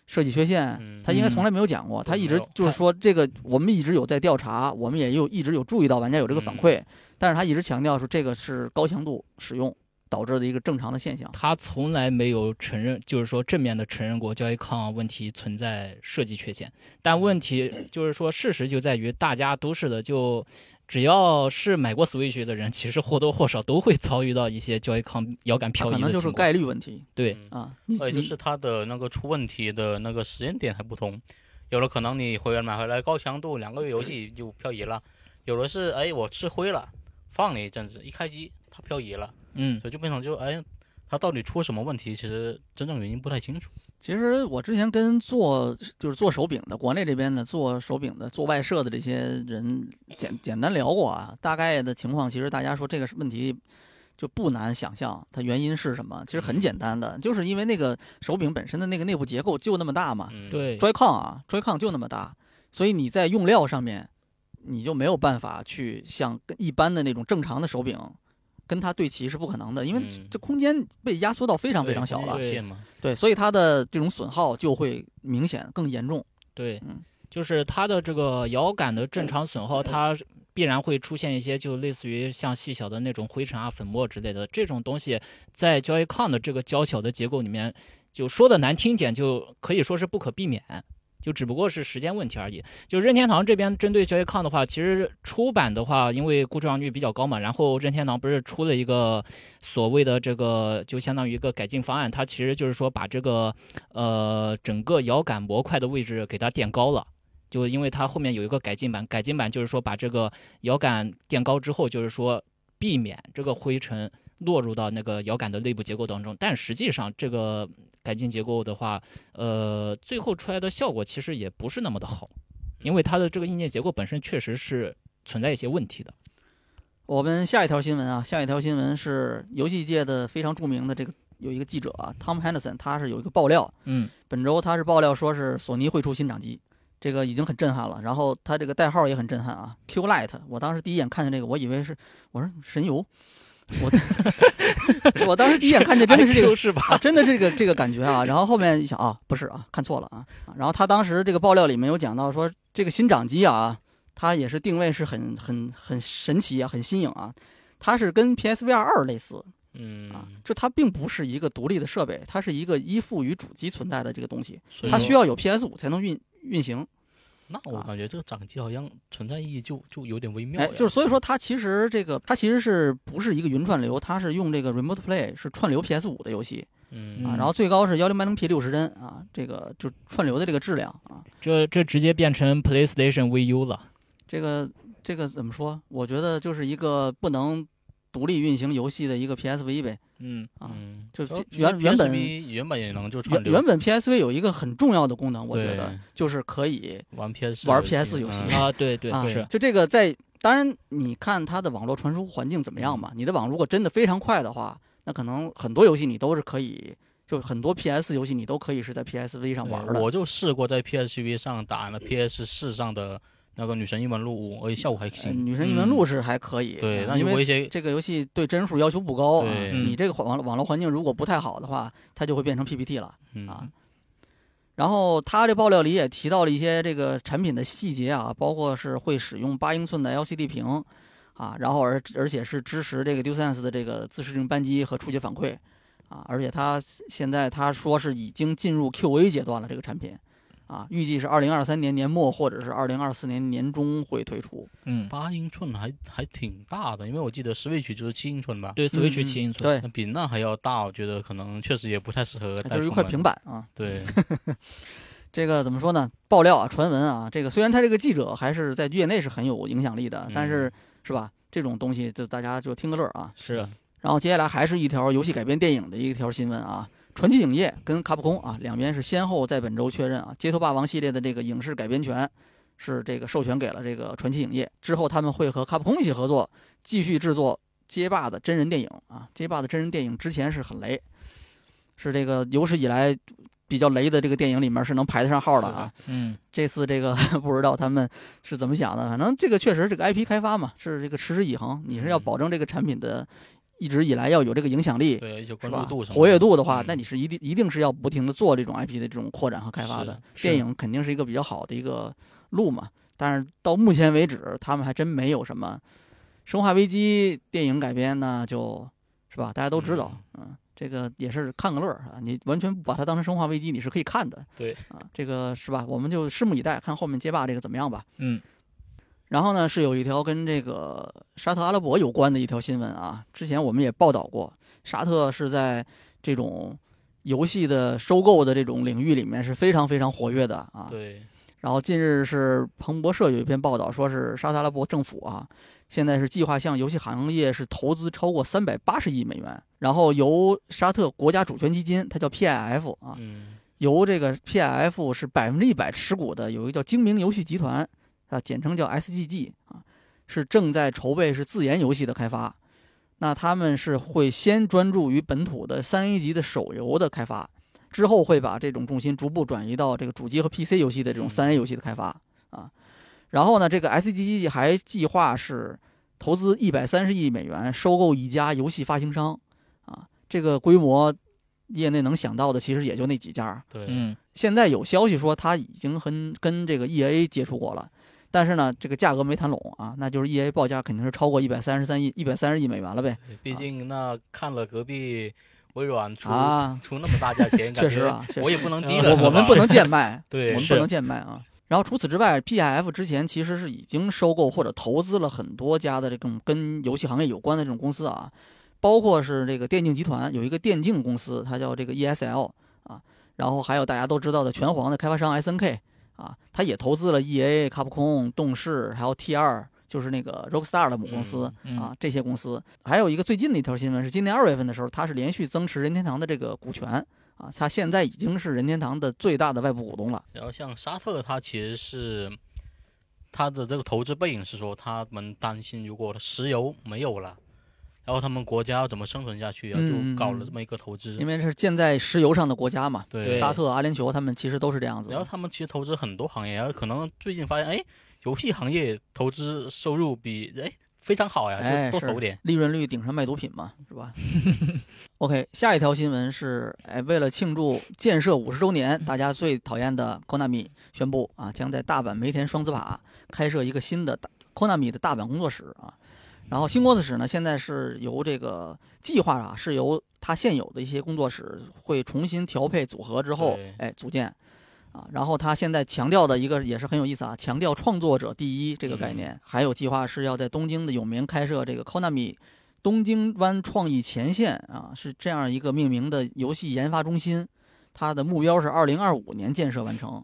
[SPEAKER 1] 设计缺陷，
[SPEAKER 2] 嗯
[SPEAKER 1] 它应该从来没有讲过，它一直
[SPEAKER 2] 没有
[SPEAKER 1] 就是说这个我们一直有在调查，我们也有一直有注意到玩家有这个反
[SPEAKER 2] 嗯
[SPEAKER 1] 馈，但是它一直强调说这个是高强度使用导致的一个正常的现象。
[SPEAKER 3] 他从来没有承认，就是说正面的承认过 Joy-Con 问题存在设计缺陷。但问题就是说，事实就在于大家都是的，就只要是买过 Switch 的人，其实或多或少都会遭遇到一些 Joy-Con 摇杆
[SPEAKER 1] 它
[SPEAKER 3] 漂移
[SPEAKER 1] 可
[SPEAKER 3] 的
[SPEAKER 1] 能就
[SPEAKER 3] 情
[SPEAKER 1] 是
[SPEAKER 3] 况
[SPEAKER 1] 概率问题
[SPEAKER 3] 对，
[SPEAKER 2] 嗯
[SPEAKER 1] 啊，你
[SPEAKER 2] 而且就
[SPEAKER 1] 你
[SPEAKER 2] 是它的那个出问题的那个时间点还不同，有的可能你回来买回来高强度两个月游戏就漂移了，有的是哎我吃灰了，放了一阵子，一开机它漂移了，
[SPEAKER 3] 嗯，
[SPEAKER 2] 所以就变成就哎它到底出什么问题，其实真正原因不太清楚。
[SPEAKER 1] 其实我之前跟做就是做手柄的，国内这边的做手柄的、做外设的这些人简简单聊过啊，大概的情况，其实大家说这个问题就不难想象，它原因是什么？其实
[SPEAKER 2] 嗯
[SPEAKER 1] 很简单的，就是因为那个手柄本身的那个内部结构就那么大嘛
[SPEAKER 2] 嗯，
[SPEAKER 3] 对，
[SPEAKER 1] ，Joy-Con 啊，Joy-Con 就那么大，所以你在用料上面你就没有办法去像跟一般的那种正常的手柄跟它对齐是不可能的，因为
[SPEAKER 2] 嗯
[SPEAKER 1] 这空间被压缩到非常
[SPEAKER 2] 对
[SPEAKER 1] 非常小了
[SPEAKER 2] 空。间有限嘛，
[SPEAKER 1] 对，所以它的这种损耗就会明显更严重。
[SPEAKER 3] 对
[SPEAKER 1] 嗯，
[SPEAKER 3] 就是它的这个摇杆的正常损耗，它必然会出现一些就类似于像细小的那种灰尘啊、粉末之类的这种东西，在 Joy-Con 的这个娇小的结构里面，就说的难听一点，就可以说是不可避免。就只不过是时间问题而已。就任天堂这边针对 Joy-Con 的话，其实出版的话，因为故障率比较高嘛，然后任天堂不是出了一个所谓的这个，就相当于一个改进方案，它其实就是说把这个呃整个摇杆模块的位置给它垫高了。就因为它后面有一个改进版，改进版就是说把这个摇杆垫高之后，就是说避免这个灰尘落入到那个摇杆的内部结构当中。但实际上，这个改进结构的话，呃，最后出来的效果其实也不是那么的好，
[SPEAKER 1] 嗯
[SPEAKER 3] 因为它的这个硬件结构本身确实是存在一些问题的。
[SPEAKER 1] 我们下一条新闻啊，下一条新闻是游戏界的非常著名的这个有一个记者啊，Tom Henderson，他是有一个爆料，
[SPEAKER 3] 嗯
[SPEAKER 1] 本周他是爆料说是索尼会出新掌机，这个已经很震撼了。然后他这个代号也很震撼啊，Q Light。我当时第一眼看见这个，我以为是我说神游，我 我当时第一眼看见真的是 这个
[SPEAKER 3] IQ 是吧？
[SPEAKER 1] 啊，真的这个这个感觉啊。然后后面一想啊，不是啊，看错了啊。然后他当时这个爆料里面有讲到说，这个新掌机啊，它也是定位是很很很神奇啊，很新颖啊。它是跟 PSVR 二类似
[SPEAKER 2] 嗯
[SPEAKER 1] 啊，就它并不是一个独立的设备，它是一个依附于主机存在的这个东西，
[SPEAKER 2] 所以
[SPEAKER 1] 它
[SPEAKER 2] 说
[SPEAKER 1] 需要有 PS 五才能运运行。
[SPEAKER 2] 那我
[SPEAKER 1] 啊
[SPEAKER 2] 感觉这个掌机好像存在意义就就有点微妙
[SPEAKER 1] 哎
[SPEAKER 2] 呀，，
[SPEAKER 1] 就是所以说它其实这个它其实是不是一个云串流，它是用这个 Remote Play 是串流 PS 五的游戏
[SPEAKER 2] 嗯
[SPEAKER 1] 啊，
[SPEAKER 3] 嗯
[SPEAKER 1] 然后最高是幺零八零 P 六十帧啊，这个就串流的这个质量啊。
[SPEAKER 3] 这这直接变成 PlayStation VU 了。
[SPEAKER 1] 这个这个怎么说？我觉得就是一个不能独立运行游戏的一个 PSV 呗。
[SPEAKER 3] 嗯
[SPEAKER 1] 啊
[SPEAKER 2] 嗯，
[SPEAKER 1] 就
[SPEAKER 2] 然后
[SPEAKER 1] 原
[SPEAKER 2] 因为
[SPEAKER 1] 原本
[SPEAKER 2] PSV 原本也能就串
[SPEAKER 1] 原
[SPEAKER 2] 流
[SPEAKER 1] 原本 PSV 有一个很重要的功能，我觉得
[SPEAKER 2] 对
[SPEAKER 1] 就是可以
[SPEAKER 2] 玩 PS
[SPEAKER 1] 玩 PS 游戏
[SPEAKER 2] 嗯
[SPEAKER 3] 啊，对对
[SPEAKER 1] 啊
[SPEAKER 3] 是，
[SPEAKER 1] 就这个在当然你看它的网络传输环境怎么样嘛。
[SPEAKER 2] 嗯
[SPEAKER 1] 你的网如果真的非常快的话，那可能很多游戏你都是可以，就很多 PS 游戏你都可以是在 PSV 上
[SPEAKER 2] 对
[SPEAKER 1] 玩的。
[SPEAKER 2] 我就试过在 PSV 上打那 PS 四上的那个《女神异闻录五》，而且效果还
[SPEAKER 1] 呃
[SPEAKER 2] 行。
[SPEAKER 1] 女神异闻录是还可以，
[SPEAKER 2] 嗯对，
[SPEAKER 1] 啊
[SPEAKER 2] 那
[SPEAKER 1] 因
[SPEAKER 2] 如果
[SPEAKER 1] 为
[SPEAKER 2] 一些
[SPEAKER 1] 这个游戏对帧数要求不高，啊
[SPEAKER 2] 对
[SPEAKER 1] 你这个网网络环境如果不太好的话，它就会变成 PPT 了。
[SPEAKER 2] 嗯
[SPEAKER 1] 啊。然后他这爆料里也提到了一些这个产品的细节啊，包括是会使用八英寸的 LCD 屏啊，然后而而且是支持这个 DualSense 的这个自适应扳机和触觉反馈啊，而且他现在他说是已经进入 QA 阶段了，这个产品啊，预计是二零二三年年末或者是二零二四年年中会推出。
[SPEAKER 3] 嗯，
[SPEAKER 2] 八英寸还还挺大的，因为我记得 Switch 就是七英寸吧，
[SPEAKER 3] 对
[SPEAKER 1] 嗯
[SPEAKER 3] Switch 七英寸，
[SPEAKER 1] 对，
[SPEAKER 2] 那比
[SPEAKER 1] 哎
[SPEAKER 2] 那还要大，我觉得可能确实也不太适合带出
[SPEAKER 1] 它
[SPEAKER 2] 门。
[SPEAKER 1] 就是一块平板啊。
[SPEAKER 2] 对，
[SPEAKER 1] 这个怎么说呢？爆料啊，传闻啊，这个虽然他这个记者还是在业内是很有影响力的，但是是吧？这种东西就大家就听个乐儿啊。
[SPEAKER 3] 是
[SPEAKER 1] 然后接下来还是一条游戏改编电影的一条新闻啊，传奇影业跟卡普空啊两边是先后在本周确认啊，《街头霸王》系列的这个影视改编权是这个授权给了这个传奇影业，之后他们会和卡普空一起合作，继续制作街霸的真人电影啊。街霸的真人电影之前是很雷，是这个有史以来比较雷的这个电影里面是能排得上号的
[SPEAKER 2] 是
[SPEAKER 1] 啊
[SPEAKER 2] 的。
[SPEAKER 3] 嗯
[SPEAKER 1] 这次这个 不知道他们是怎么想的，反正这个确实这个 IP 开发嘛，是这个持之以恒，你是要
[SPEAKER 2] 嗯
[SPEAKER 1] 保证这个产品的一直以来要有这个影响力，
[SPEAKER 2] 对，一些
[SPEAKER 1] 是
[SPEAKER 2] 关注
[SPEAKER 1] 吧
[SPEAKER 2] 度？什么
[SPEAKER 1] 活跃度的话
[SPEAKER 2] 嗯，
[SPEAKER 1] 那你是一定一定是要不停的做这种 IP 的这种扩展和开发的。
[SPEAKER 3] 是
[SPEAKER 1] 电影肯定是一个比较好的一个路嘛，但是到目前为止，他们还真没有什么《生化危机》电影改编呢，就是吧，大家都知道，嗯。这个也是看个乐儿啊，你完全不把它当成《生化危机》，你是可以看的。
[SPEAKER 2] 对
[SPEAKER 1] 啊，这个是吧？我们就拭目以待，看后面街霸这个怎么样吧。
[SPEAKER 3] 嗯
[SPEAKER 1] 然后呢，是有一条跟这个沙特阿拉伯有关的一条新闻啊。之前我们也报道过，沙特是在这种游戏的收购的这种领域里面是非常非常活跃的啊。
[SPEAKER 2] 对，
[SPEAKER 1] 然后近日是彭博社有一篇报道，说是沙特阿拉伯政府啊，现在是计划向游戏行业是投资超过三百八十亿美元，然后由沙特国家主权基金，它叫 PIF 啊，
[SPEAKER 2] 嗯，
[SPEAKER 1] 由这个 PIF 是百分之一百持股的，有一个叫精明游戏集团啊，简称叫 SGG 啊，是正在筹备是自研游戏的开发。那他们是会先专注于本土的三 A 级的手游的开发，之后会把这种重心逐步转移到这个主机和 PC 游戏的这种
[SPEAKER 2] 嗯
[SPEAKER 1] 三 A 游戏的开发啊。然后呢，这个 SGG 还计划是投资一百三十亿美元收购一家游戏发行商啊，这个规模业内能想到的其实也就那几家儿。
[SPEAKER 2] 对，
[SPEAKER 3] 嗯
[SPEAKER 1] 现在有消息说他已经很跟这个 E A 接触过了，但是呢，这个价格没谈拢啊，那就是 E A 报价肯定是超过一百三十三亿、一百三十亿美元了呗。
[SPEAKER 2] 毕竟那看了隔壁微软出
[SPEAKER 1] 啊
[SPEAKER 2] 出那么大价钱，
[SPEAKER 1] 确
[SPEAKER 2] 感
[SPEAKER 1] 实
[SPEAKER 2] 觉
[SPEAKER 1] 啊，确
[SPEAKER 2] 我
[SPEAKER 1] 实
[SPEAKER 2] 也不能低了，
[SPEAKER 1] 我
[SPEAKER 2] 是
[SPEAKER 1] 我们
[SPEAKER 2] 吧
[SPEAKER 1] 不能贱卖，
[SPEAKER 2] 对
[SPEAKER 1] 我们不
[SPEAKER 3] 是
[SPEAKER 1] 能贱卖啊。然后除此之外，P I F 之前其实是已经收购或者投资了很多家的这种跟游戏行业有关的这种公司啊，包括是这个电竞集团有一个电竞公司，它叫这个 E S L 啊，然后还有大家都知道的拳皇的开发商 S N K 啊，它也投资了 E A、卡普空、动视还有 T 二，就是那个 Rockstar 的母公司。
[SPEAKER 2] 嗯
[SPEAKER 3] 嗯
[SPEAKER 1] 啊，这些公司。还有一个最近的一条新闻是，今年二月份的时候，它是连续增持任天堂的这个股权啊，它现在已经是任天堂的最大的外部股东了。
[SPEAKER 2] 然后像沙特，它其实是它的这个投资背景是说，他们担心如果石油没有了，然后他们国家要怎么生存下去啊，
[SPEAKER 1] 嗯嗯
[SPEAKER 2] 就搞了
[SPEAKER 1] 嗯
[SPEAKER 2] 这么一个投资
[SPEAKER 1] 因。为是建在石油上的国家嘛，
[SPEAKER 2] 对，
[SPEAKER 1] 沙特、阿联酋他们其实都是这样子
[SPEAKER 2] 然后
[SPEAKER 1] 的。
[SPEAKER 2] 他们其实投资很多行业，然后可能最近发现，哎，游戏行业投资收入比哎非常好呀，
[SPEAKER 1] 哎，
[SPEAKER 2] 就多
[SPEAKER 1] 是
[SPEAKER 2] 投点。
[SPEAKER 1] 利润率顶上卖毒品嘛，是 吧？OK，下一条新闻是，哎，为了庆祝建设五十周年，大家最讨厌的 Konami 宣布啊，将在大阪梅田双子塔开设一个新的大 Konami 的大阪工作室啊。然后新工作室呢，现在是由这个计划啊，是由它现有的一些工作室会重新调配组合之后
[SPEAKER 2] 对，
[SPEAKER 1] 哎，组建啊。然后它现在强调的一个也是很有意思啊，强调创作者第一这个概念，还有计划是要在东京的永明开设这个 Konami 东京湾创意前线啊，是这样一个命名的游戏研发中心，它的目标是二零二五年建设完成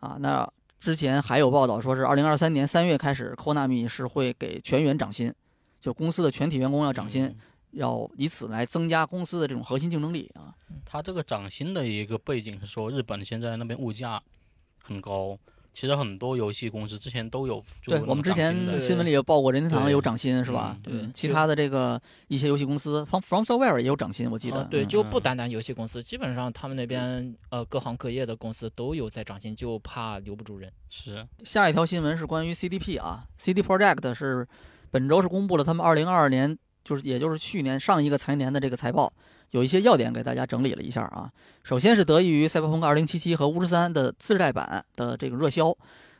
[SPEAKER 1] 啊。那之前还有报道说是二零二三年三月开始，Konami 是会给全员涨薪，就公司的全体员工要涨薪，
[SPEAKER 2] 嗯
[SPEAKER 1] 要以此来增加公司的这种核心竞争力啊。
[SPEAKER 2] 它这个涨薪的一个背景是说，日本现在那边物价很高，其实很多游戏公司之前都有就
[SPEAKER 1] 对
[SPEAKER 2] 那
[SPEAKER 1] 我们
[SPEAKER 2] 种
[SPEAKER 1] 之
[SPEAKER 2] 涨薪的
[SPEAKER 1] 前新闻里也报过，任天堂
[SPEAKER 2] 对
[SPEAKER 1] 有涨薪是吧？
[SPEAKER 3] 嗯对
[SPEAKER 1] 其他的这个一些游戏公司，From From Software 也有涨薪，我记得。
[SPEAKER 3] 啊，对，
[SPEAKER 1] 嗯
[SPEAKER 3] 就不单单游戏公司，基本上他们那边呃各行各业的公司都有在涨薪，就怕留不住人。
[SPEAKER 2] 是
[SPEAKER 1] 下一条新闻是关于 CDP 啊，CD Project 是本周是公布了他们二零二二年，就是也就是去年上一个财年的这个财报，有一些要点给大家整理了一下啊。首先是得益于《赛博朋克2077》和《巫师三》的次世代版的这个热销，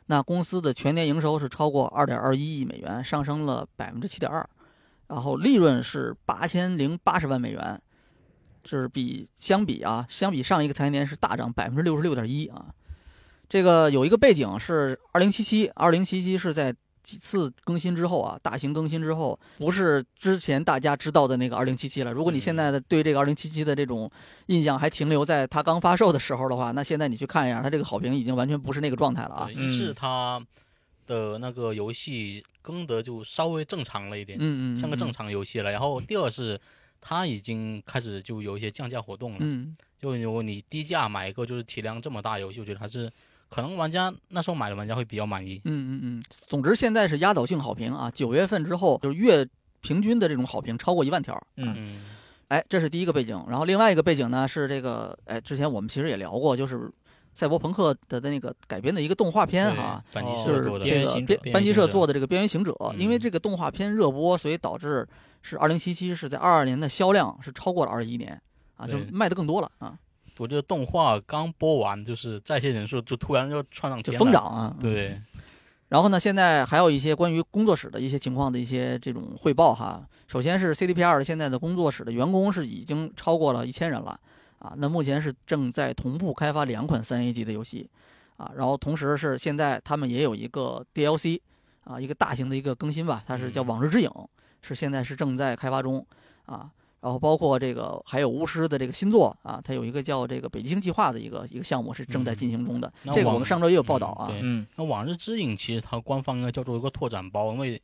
[SPEAKER 1] 那公司的全年营收是超过二点二一亿美元，上升了百分之七点二，然后利润是八千零八十万美元，这是比相比啊，相比上一个财年是大涨百分之六十六点一啊。这个有一个背景是二零七七，二零七七是在几次更新之后啊，大型更新之后，不是之前大家知道的那个二零七七了。如果你现在的对这个二零七七的这种印象还停留在它刚发售的时候的话，那现在你去看一下，它这个好评已经完全不是那个状态了啊。
[SPEAKER 2] 对一是它的那个游戏更得就稍微正常了一点，
[SPEAKER 1] 嗯嗯，
[SPEAKER 2] 像个正
[SPEAKER 1] 嗯。
[SPEAKER 2] 常游戏了。然后第二是它已经开始就有一些降价活动了，
[SPEAKER 1] 嗯，
[SPEAKER 2] 就如果你低价买一个就是体量这么大游戏，我觉得还是可能玩家那时候买的玩家会比较满意。
[SPEAKER 1] 嗯嗯嗯，总之现在是压倒性好评啊！九月份之后，就是月平均的这种好评超过一万条。
[SPEAKER 3] 嗯
[SPEAKER 2] 嗯，
[SPEAKER 1] 哎，这是第一个背景。然后另外一个背景呢是这个，哎，之前我们其实也聊过，就是赛博朋克的那个改编的一个动画片
[SPEAKER 2] 对
[SPEAKER 1] 哈，
[SPEAKER 2] 反
[SPEAKER 3] 哦
[SPEAKER 2] 击
[SPEAKER 1] 就是是
[SPEAKER 2] 做的，
[SPEAKER 1] 这
[SPEAKER 3] 边缘
[SPEAKER 1] 个
[SPEAKER 3] 行
[SPEAKER 1] 边
[SPEAKER 3] 者
[SPEAKER 1] 班级
[SPEAKER 2] 边缘行
[SPEAKER 1] 社
[SPEAKER 2] 者
[SPEAKER 1] 做的这个《边缘行者》，因为
[SPEAKER 2] 嗯
[SPEAKER 1] 这个动画片热播，所以导致是二零七七是在二二年的销量是超过了二一年啊，就
[SPEAKER 2] 对
[SPEAKER 1] 卖的更多了啊，
[SPEAKER 2] 我觉得动画刚播完，就是在线人数就突然就窜上
[SPEAKER 1] 就
[SPEAKER 2] 天了
[SPEAKER 1] 疯。涨啊。嗯
[SPEAKER 2] 对，
[SPEAKER 1] 然后呢，现在还有一些关于工作室的一些情况的一些这种汇报哈。首先是 CDPR 现在的工作室的员工是已经超过了一千人了啊。那目前是正在同步开发两款三 A 级的游戏啊，然后同时是现在他们也有一个 DLC 啊，一个大型的一个更新吧，它是叫《
[SPEAKER 2] 嗯
[SPEAKER 1] 往日之影》，是现在是正在开发中啊。然后包括这个还有巫师的这个新作啊，它有一个叫这个北极星计划的一个一个项目是正在进行中的，
[SPEAKER 2] 嗯那
[SPEAKER 1] 这个
[SPEAKER 2] 往
[SPEAKER 1] 我们上周也有报道啊。
[SPEAKER 2] 嗯对
[SPEAKER 3] 嗯
[SPEAKER 2] 那《往日之影》其实它官方应该叫做一个拓展包，因为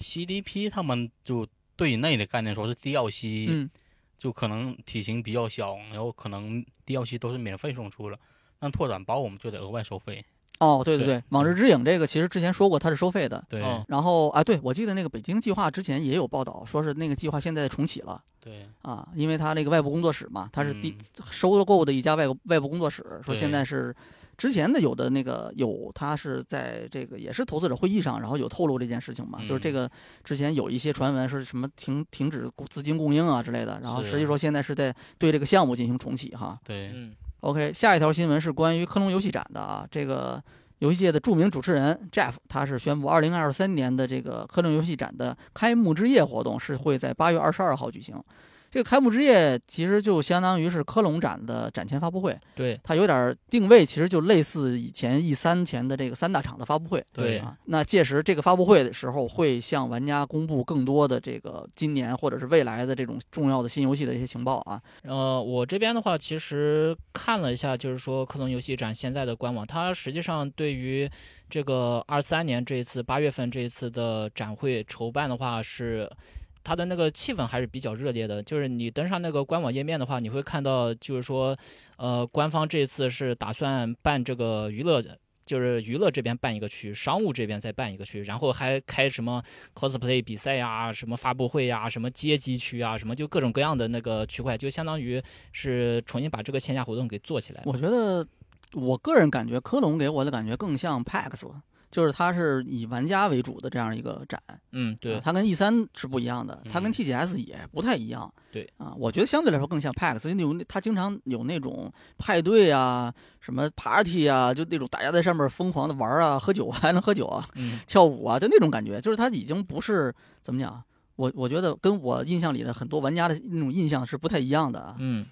[SPEAKER 2] CDP 他们就对内的概念说是 DLC，、
[SPEAKER 1] 嗯，
[SPEAKER 2] 就可能体型比较小，然后可能 DLC 都是免费送出了，但拓展包我们就得额外收费。
[SPEAKER 1] 哦，对对
[SPEAKER 2] 对
[SPEAKER 1] 对，《往日之影》这个其实之前说过它是收费的，
[SPEAKER 2] 对、
[SPEAKER 3] 哦
[SPEAKER 1] 然后啊，对我记得那个北京计划之前也有报道，说是那个计划现在重启了
[SPEAKER 2] 对，
[SPEAKER 1] 啊，因为它那个外部工作室嘛，它是第、
[SPEAKER 2] 嗯
[SPEAKER 1] 收购的一家外国外部工作室，说
[SPEAKER 2] 对
[SPEAKER 1] 现在是之前的有的那个有，他是在这个也是投资者会议上，然后有透露这件事情嘛，就是这
[SPEAKER 2] 嗯
[SPEAKER 1] 个之前有一些传闻说是什么停停止资金供应啊之类的，然后
[SPEAKER 2] 是
[SPEAKER 1] 实际说现在是在对这个项目进行重启哈，
[SPEAKER 2] 对，
[SPEAKER 3] 嗯
[SPEAKER 1] OK，下一条新闻是关于科隆游戏展的啊，这个游戏界的著名主持人 Jeff，他是宣布，二零二三年的这个科隆游戏展的开幕之夜活动是会在八月二十二号举行。这个开幕之夜其实就相当于是科隆展的展前发布会，
[SPEAKER 3] 对
[SPEAKER 1] 它有点儿定位，其实就类似以前 E 三前的这个三大厂的发布会。
[SPEAKER 3] 对
[SPEAKER 1] 啊，那届时这个发布会的时候，会向玩家公布更多的这个今年或者是未来的这种重要的新游戏的一些情报啊。
[SPEAKER 3] 呃，我这边的话，其实看了一下，就是说克隆游戏展现在的官网，它实际上对于这个二三年这一次八月份这一次的展会筹办的话是。它的那个气氛还是比较热烈的，就是你登上那个官网页面的话，你会看到，就是说，呃，官方这一次是打算办这个娱乐，就是娱乐这边办一个区，商务这边再办一个区，然后还开什么 cosplay 比赛呀、什么发布会呀、什么街机区啊，什么就各种各样的那个区块，就相当于是重新把这个线下活动给做起来。
[SPEAKER 1] 我觉得，我个人感觉科隆给我的感觉更像 PAX，就是它是以玩家为主的这样一个展。
[SPEAKER 3] 嗯，对
[SPEAKER 1] 啊，它跟 E 三是不一样的，它跟
[SPEAKER 2] 嗯
[SPEAKER 1] TGS 也不太一样。
[SPEAKER 3] 对
[SPEAKER 1] 啊，我觉得相对来说更像 PAX，因为有它经常有那种派对啊、什么 party 啊，就那种大家在上面疯狂的玩啊、喝酒啊，还能喝酒啊、
[SPEAKER 3] 嗯，
[SPEAKER 1] 跳舞啊，就那种感觉，就是它已经不是怎么讲。我我觉得跟我印象里的很多玩家的那种印象是不太一样的啊。
[SPEAKER 3] 嗯，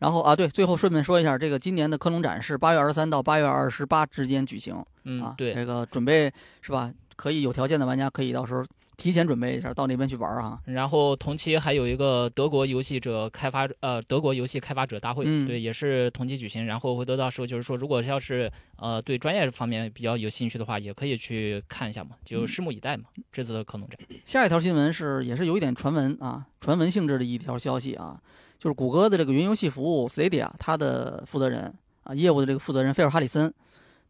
[SPEAKER 1] 然后啊，对，最后顺便说一下，这个今年的科隆展是八月二十三到八月二十八之间举行啊
[SPEAKER 3] 嗯，。对，
[SPEAKER 1] 这个准备是吧？可以有条件的玩家可以到时候提前准备一下，到那边去玩儿啊。
[SPEAKER 3] 然后同期还有一个德国游戏者开发呃德国游戏开发者大会，
[SPEAKER 1] 嗯
[SPEAKER 3] 对，也是同期举行。然后回头到时候就是说，如果要是呃对专业方面比较有兴趣的话，也可以去看一下嘛，就
[SPEAKER 1] 嗯
[SPEAKER 3] 拭目以待嘛。这次的科隆展，
[SPEAKER 1] 下一条新闻是也是有一点传闻啊，传闻性质的一条消息啊，就是谷歌的这个云游戏服务 Stadia，它的负责人啊，业务的这个负责人菲尔哈里森，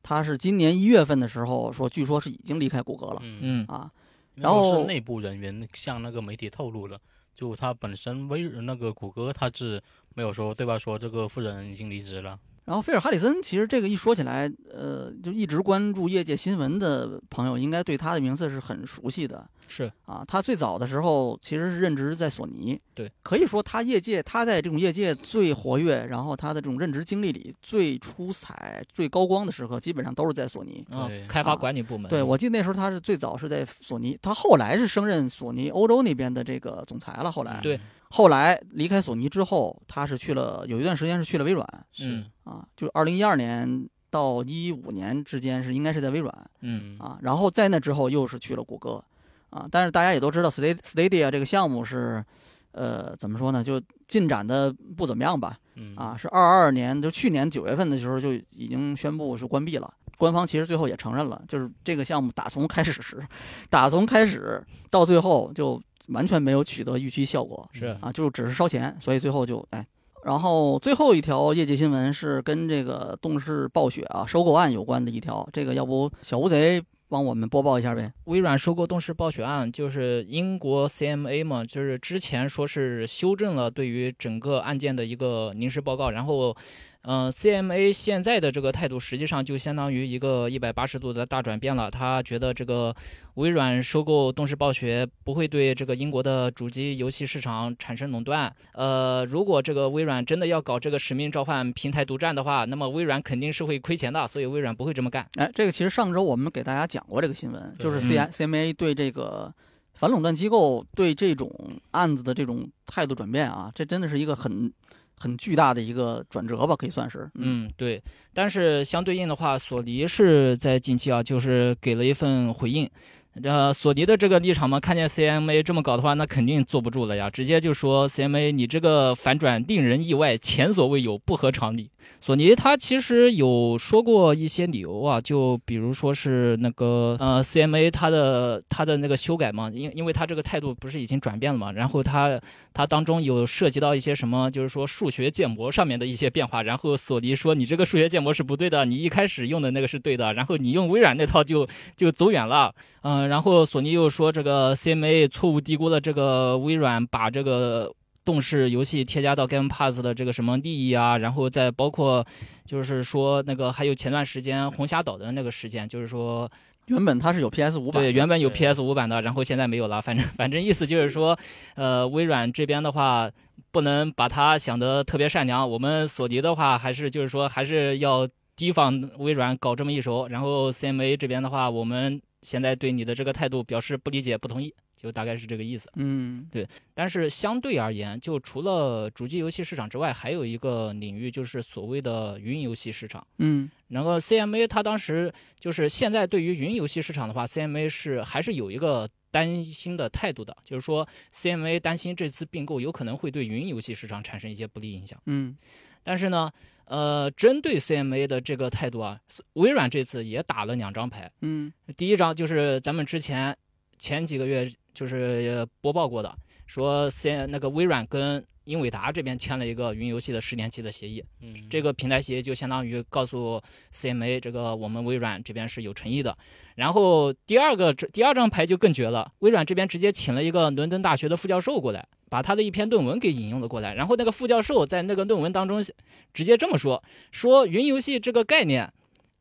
[SPEAKER 1] 他是今年一月份的时候说，据说是已经离开谷歌了
[SPEAKER 2] 嗯，
[SPEAKER 3] 嗯
[SPEAKER 1] 啊。
[SPEAKER 2] 然后
[SPEAKER 1] 后
[SPEAKER 2] 是内部人员向那个媒体透露了，就他本身微那个谷歌他是没有说对吧？说这个负责人已经离职了。
[SPEAKER 1] 然后菲尔哈里森，其实这个一说起来，呃，就一直关注业界新闻的朋友，应该对他的名字是很熟悉的
[SPEAKER 3] 是，
[SPEAKER 1] 啊。他最早的时候其实是任职在索尼，
[SPEAKER 3] 对，
[SPEAKER 1] 可以说他业界他在这种业界最活跃，然后他的这种任职经历里最出彩、最高光的时刻，基本上都是在索尼。
[SPEAKER 3] 嗯、
[SPEAKER 2] 对
[SPEAKER 3] 开发
[SPEAKER 1] 啊
[SPEAKER 3] 管理部门，
[SPEAKER 1] 对，我记得那时候他是最早是在索尼，他后来是升任索尼欧洲那边的这个总裁了。后
[SPEAKER 2] 嗯
[SPEAKER 1] 来，
[SPEAKER 3] 对
[SPEAKER 1] 后来离开索尼之后，他是去了有一段时间是去了微软，
[SPEAKER 2] 是
[SPEAKER 3] 嗯
[SPEAKER 1] 啊，就二零一二年到一五年之间是应该是在微软
[SPEAKER 3] 嗯
[SPEAKER 2] 嗯
[SPEAKER 1] 啊，然后在那之后又是去了谷歌啊，但是大家也都知道 Stadia Stadia 这个项目是，呃，怎么说呢，就进展的不怎么样吧，
[SPEAKER 2] 嗯
[SPEAKER 1] 啊，是二二年，就去年九月份的时候就已经宣布是关闭了。官方其实最后也承认了，就是这个项目打从开始 时，打从开始到最后就完全没有取得预期效果
[SPEAKER 3] 是
[SPEAKER 2] 嗯
[SPEAKER 1] 啊，就只是烧钱，所以最后就哎。然后最后一条业界新闻是跟这个动视暴雪啊收购案有关的一条，这个要不小乌贼帮我们播报一下呗？
[SPEAKER 3] 微软收购动视暴雪案，就是英国 CMA 嘛，就是之前说是修正了对于整个案件的一个临时报告，然后，嗯、c m a 现在的这个态度实际上就相当于一个一百八十度的大转变了。他觉得这个微软收购动视暴雪不会对这个英国的主机游戏市场产生垄断。呃，如果这个微软真的要搞这个使命召唤平台独占的话，那么微软肯定是会亏钱的，所以微软不会这么干。
[SPEAKER 1] 哎，这个其实上周我们给大家讲过这个新闻，就是
[SPEAKER 3] 对
[SPEAKER 1] C I C M A 对这个反垄断机构对这种案子的这种态度转变啊，这真的是一个很很巨大的一个转折吧，可以算是。，
[SPEAKER 3] 嗯，对。但是相对应的话，索尼是在近期啊，就是给了一份回应。呃，索尼的这个立场嘛，看见 CMA 这么搞的话，那肯定坐不住了呀，直接就说 CMA 你这个反转令人意外，前所未有，不合常理。索尼它其实有说过一些理由啊，就比如说是那个呃 CMA 它的它的那个修改嘛，因因为它这个态度不是已经转变了嘛，然后它它当中有涉及到一些什么，就是说数学建模上面的一些变化。然后索尼说你这个数学建模是不对的，你一开始用的那个是对的，然后你用微软那套就就走远了。嗯、然后索尼又说这个 CMA 错误低估了这个微软把这个。动视游戏添加到 Game Pass 的这个什么利益啊，然后再包括，就是说那个还有前段时间红霞岛的那个事件，就是说
[SPEAKER 1] 原本它是有 P S 五版
[SPEAKER 3] 对，
[SPEAKER 1] 的，
[SPEAKER 3] 原本有
[SPEAKER 2] 对
[SPEAKER 3] PS 五版的，然后现在没有了。反正反正意思就是说，呃，微软这边的话，不能把它想得特别善良。我们索尼的话，还是就是说还是要提防微软搞这么一手。然后 CMA 这边的话，我们现在对你的这个态度表示不理解、不同意，就大概是这个意思。
[SPEAKER 1] 嗯，
[SPEAKER 3] 但是相对而言，就除了主机游戏市场之外，还有一个领域就是所谓的云游戏市场。
[SPEAKER 1] 嗯，
[SPEAKER 3] 然后 CMA 它当时就是现在对于云游戏市场的话，CMA 是还是有一个担心的态度的，就是说 CMA 担心这次并购有可能会对云游戏市场产生一些不利影响。
[SPEAKER 1] 嗯，
[SPEAKER 3] 但是呢，呃，针对 CMA 的这个态度啊，微软这次也打了两张牌，
[SPEAKER 1] 嗯，
[SPEAKER 3] 第一张就是咱们之前前几个月就是播报过的，说先那个微软跟英伟达这边签了一个云游戏的十年期的协议，
[SPEAKER 2] 嗯
[SPEAKER 3] 这个平台协议就相当于告诉 CMA 这个我们微软这边是有诚意的。然后第二个这第二张牌就更绝了，微软这边直接请了一个伦敦大学的副教授过来，把他的一篇论文给引用了过来。然后那个副教授在那个论文当中直接这么说：说云游戏这个概念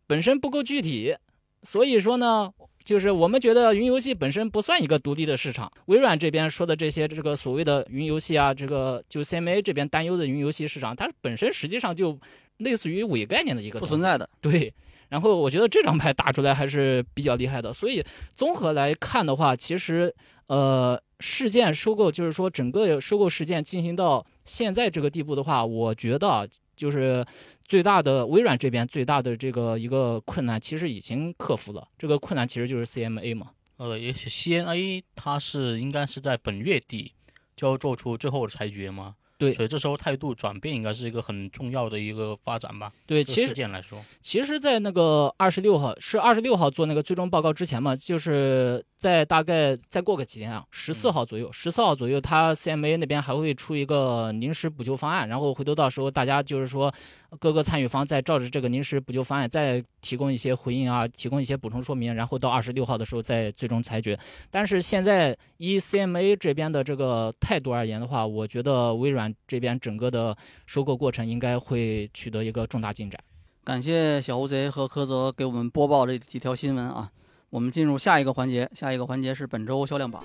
[SPEAKER 3] 本身不够具体，所以说呢。就是我们觉得云游戏本身不算一个独立的市场，微软这边说的这些这个所谓的云游戏啊，这个就 CMA 这边担忧的云游戏市场，它本身实际上就类似于伪概念的一个
[SPEAKER 1] 不
[SPEAKER 3] 东
[SPEAKER 1] 存
[SPEAKER 3] 西
[SPEAKER 1] 在的，
[SPEAKER 3] 对，然后我觉得这张牌打出来还是比较厉害的，所以综合来看的话，其实呃，事件收购就是说整个收购事件进行到现在这个地步的话，我觉得啊就是最大的微软这边最大的这个一个困难，其实已经克服了。这个困难其实就是 CMA 嘛。
[SPEAKER 2] 呃，也许 CNA 它是应该是在本月底就要做出最后的裁决嘛，
[SPEAKER 3] 对
[SPEAKER 2] 所以这时候态度转变应该是一个很重要的一个发展吧。对
[SPEAKER 3] 对，其
[SPEAKER 2] 事
[SPEAKER 3] 实
[SPEAKER 2] 件来说，
[SPEAKER 3] 其实，在那个二十六号是二十六号做那个最终报告之前嘛，就是在大概再过个几天啊，十四号左右，十四号左右，他 CMA 那边还会出一个临时补救方案，然后回头到时候大家就是说各个参与方再照着这个临时补救方案再提供一些回应啊，提供一些补充说明，然后到二十六号的时候再最终裁决。但是现在依 CMA 这边的这个态度而言的话，我觉得微软这边整个的收购过程应该会取得一个重大进展。
[SPEAKER 1] 感谢小乌贼和柯泽给我们播报这几条新闻啊。我们进入下一个环节，下一个环节是本周销量榜。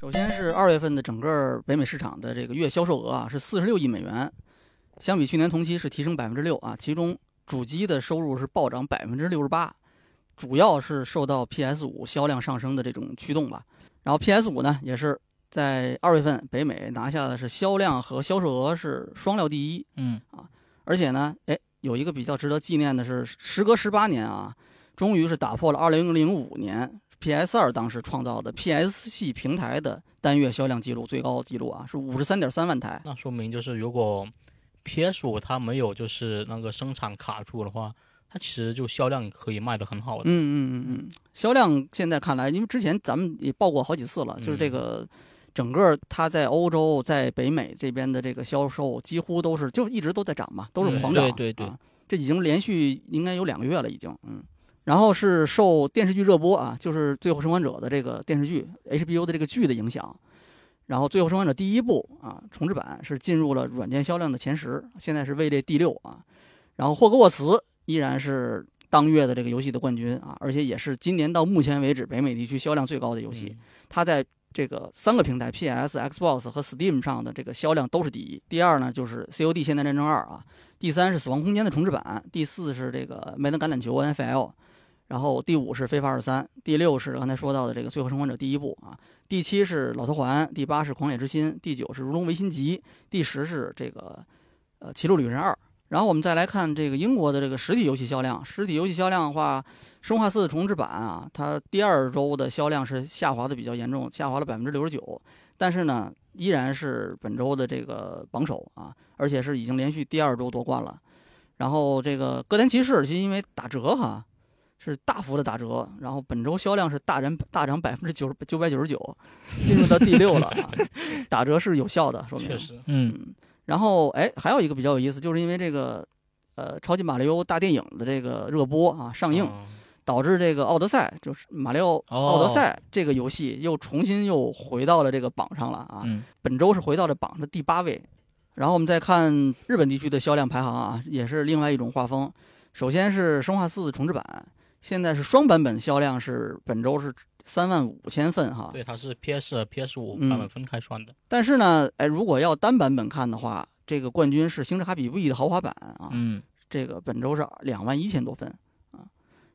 [SPEAKER 1] 首先是二月份的整个北美市场的这个月销售额啊是四十六亿美元，相比去年同期是提升百分之六啊，其中主机的收入是暴涨百分之六十八，主要是受到 PS 五销量上升的这种驱动吧。然后 PS 五呢也是在二月份北美拿下的是销量和销售额是双料第一，
[SPEAKER 3] 嗯
[SPEAKER 1] 而且呢，哎，有一个比较值得纪念的是，时隔十八年啊，终于是打破了二零零五年 PS 二当时创造的 PS 系平台的单月销量记录最高记录啊，是五十三点三万台。
[SPEAKER 2] 那说明就是如果 PS 五它没有就是那个生产卡住的话，它其实就销量可以卖得很好的。
[SPEAKER 1] 嗯嗯嗯嗯，销量现在看来，因为之前咱们也报过好几次了，
[SPEAKER 3] 嗯
[SPEAKER 1] 就是这个整个它在欧洲、在北美这边的这个销售几乎都是就一直都在涨嘛，都是狂涨。
[SPEAKER 3] 嗯对对对
[SPEAKER 1] 啊这已经连续应该有两个月了，已经嗯。然后是受电视剧热播啊，就是《最后生还者》的这个电视剧 HBO 的这个剧的影响，然后《最后生还者》第一部啊重制版是进入了软件销量的前十，现在是位列第六啊。然后霍格沃茨依然是当月的这个游戏的冠军啊，而且也是今年到目前为止北美地区销量最高的游戏。
[SPEAKER 2] 嗯
[SPEAKER 1] 它在这个三个平台 PS、Xbox 和 Steam 上的这个销量都是第一。第二呢就是 COD 现代战争二啊，第三是死亡空间的重置版，第四是这个梅登橄榄球 NFL，然后第五是非法二三，第六是刚才说到的这个最后生还者第一部啊，第七是老头环，第八是狂野之心，第九是如龙维新集，第十是这个呃骑路旅人二。然后我们再来看这个英国的这个实体游戏销量，实体游戏销量的话，生化四重置版啊，它第二周的销量是下滑的比较严重，下滑了百分之六十九，但是呢，依然是本周的这个榜首啊，而且是已经连续第二周夺冠了。然后这个哥谭骑士是因为打折哈，是大幅的打折，然后本周销量是大涨大涨百分之九十九百九十九，进入到第六了、啊， 打折是有效的，说明
[SPEAKER 2] 确实，
[SPEAKER 3] 嗯
[SPEAKER 1] 嗯，然后哎，还有一个比较有意思，就是因为这个呃《超级马里奥大电影》的这个热播啊上映，
[SPEAKER 2] 嗯
[SPEAKER 1] 导致这个《奥德赛》就是马里奥奥德赛这个游戏又重新又回到了这个榜上了啊。
[SPEAKER 3] 嗯
[SPEAKER 1] 本周是回到了榜的第八位。然后我们再看日本地区的销量排行啊，也是另外一种画风。首先是《生化四》重制版，现在是双版本销量是本周是三万五千份哈。
[SPEAKER 2] 对，它是 PS 和 PS 五
[SPEAKER 1] 啊嗯
[SPEAKER 2] 版本分开算的。
[SPEAKER 1] 但是呢，哎，如果要单版本看的话，这个冠军是《星之卡比布伊》的豪华版啊。
[SPEAKER 3] 嗯
[SPEAKER 1] 这个本周是两万一千多份啊。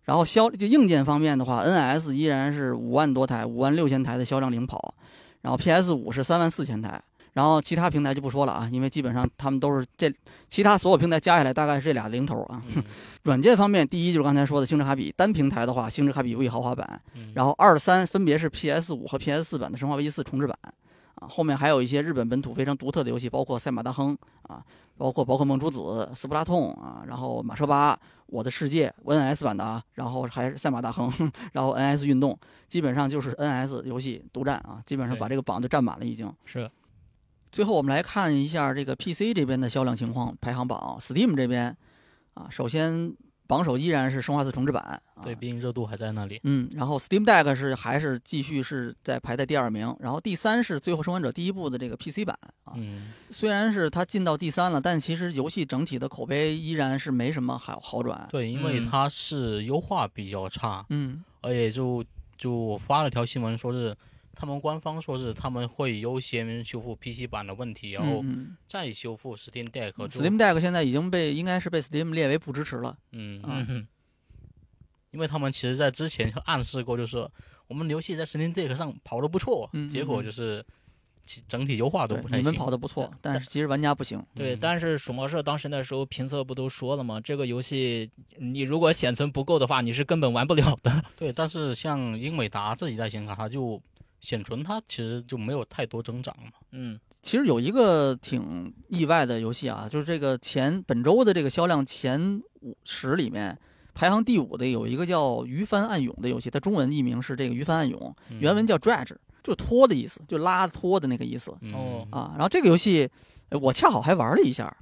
[SPEAKER 1] 然后销就硬件方面的话，NS 依然是五万多台，五万六千台的销量领跑，然后 PS 五是三万四千台，然后其他平台就不说了啊，因为基本上他们都是这其他所有平台加起来大概是这俩零头啊。
[SPEAKER 2] 嗯
[SPEAKER 1] 软件方面，第一就是刚才说的星之卡比单平台的话，星之卡比 V 豪华版，
[SPEAKER 2] 嗯
[SPEAKER 1] 然后二三分别是 PS 五和 PS 四版的《生化危机四》重置版啊，后面还有一些日本本土非常独特的游戏，包括《赛马大亨》啊，包括《宝可梦朱子》《斯普拉痛》啊，然后《马车吧》《我的世界》NS 版的啊，然后还是《赛马大亨》，然后 NS 运动，基本上就是 NS 游戏独占啊，基本上把
[SPEAKER 2] 对
[SPEAKER 1] 这个榜就占满了已经。
[SPEAKER 3] 是
[SPEAKER 1] 最后我们来看一下这个 PC 这边的销量情况排行榜，Steam 这边啊，首先榜首依然是《生化四重置版》啊，
[SPEAKER 2] 对，毕竟热度还在那里。
[SPEAKER 1] 嗯，然后 Steam Deck 是还是继续是在排在第二名，然后第三是《最后生还者》第一部的这个 PC 版啊，
[SPEAKER 2] 嗯，
[SPEAKER 1] 虽然是它进到第三了，但其实游戏整体的口碑依然是没什么好好转。
[SPEAKER 2] 对，因为
[SPEAKER 3] 嗯
[SPEAKER 2] 它是优化比较差，
[SPEAKER 1] 嗯
[SPEAKER 2] 而且就就我发了条新闻，说是他们官方说是他们会优先修复 PC 版的问题，然后
[SPEAKER 1] 嗯
[SPEAKER 2] 再修复 Steam Deck
[SPEAKER 1] 嗯
[SPEAKER 2] 就。
[SPEAKER 1] ，Steam Deck 现在已经被应该是被 Steam 列为不支持了。
[SPEAKER 2] 嗯，
[SPEAKER 1] 啊
[SPEAKER 3] 嗯哼
[SPEAKER 2] 因为他们其实在之前就暗示过，就是说我们游戏在 Steam Deck 上跑的不错，
[SPEAKER 1] 嗯嗯
[SPEAKER 2] 结果就是其整体优化都
[SPEAKER 1] 对
[SPEAKER 2] 不，太
[SPEAKER 1] 你
[SPEAKER 2] 行。
[SPEAKER 1] 们跑的不错
[SPEAKER 2] 对，
[SPEAKER 1] 但是其实玩家不行。
[SPEAKER 3] 对，
[SPEAKER 2] 嗯
[SPEAKER 3] 但是鼠毛社当时那时候评测不都说了吗？这个游戏你如果显存不够的话，你是根本玩不了的。
[SPEAKER 2] 对，但是像英伟达这一代显卡，它就显存它其实就没有太多增长嘛。
[SPEAKER 3] 嗯
[SPEAKER 1] 其实有一个挺意外的游戏啊，就是这个前本周的这个销量前五十里面，排行第五的有一个叫《鱼帆暗涌》的游戏，它中文译名是这个《鱼帆暗涌》，
[SPEAKER 2] 嗯
[SPEAKER 1] 原文叫 Dredge，就拖的意思，就拉拖的那个意思
[SPEAKER 2] 嗯
[SPEAKER 3] 哦
[SPEAKER 1] 啊。然后这个游戏，呃我恰好还玩了一下。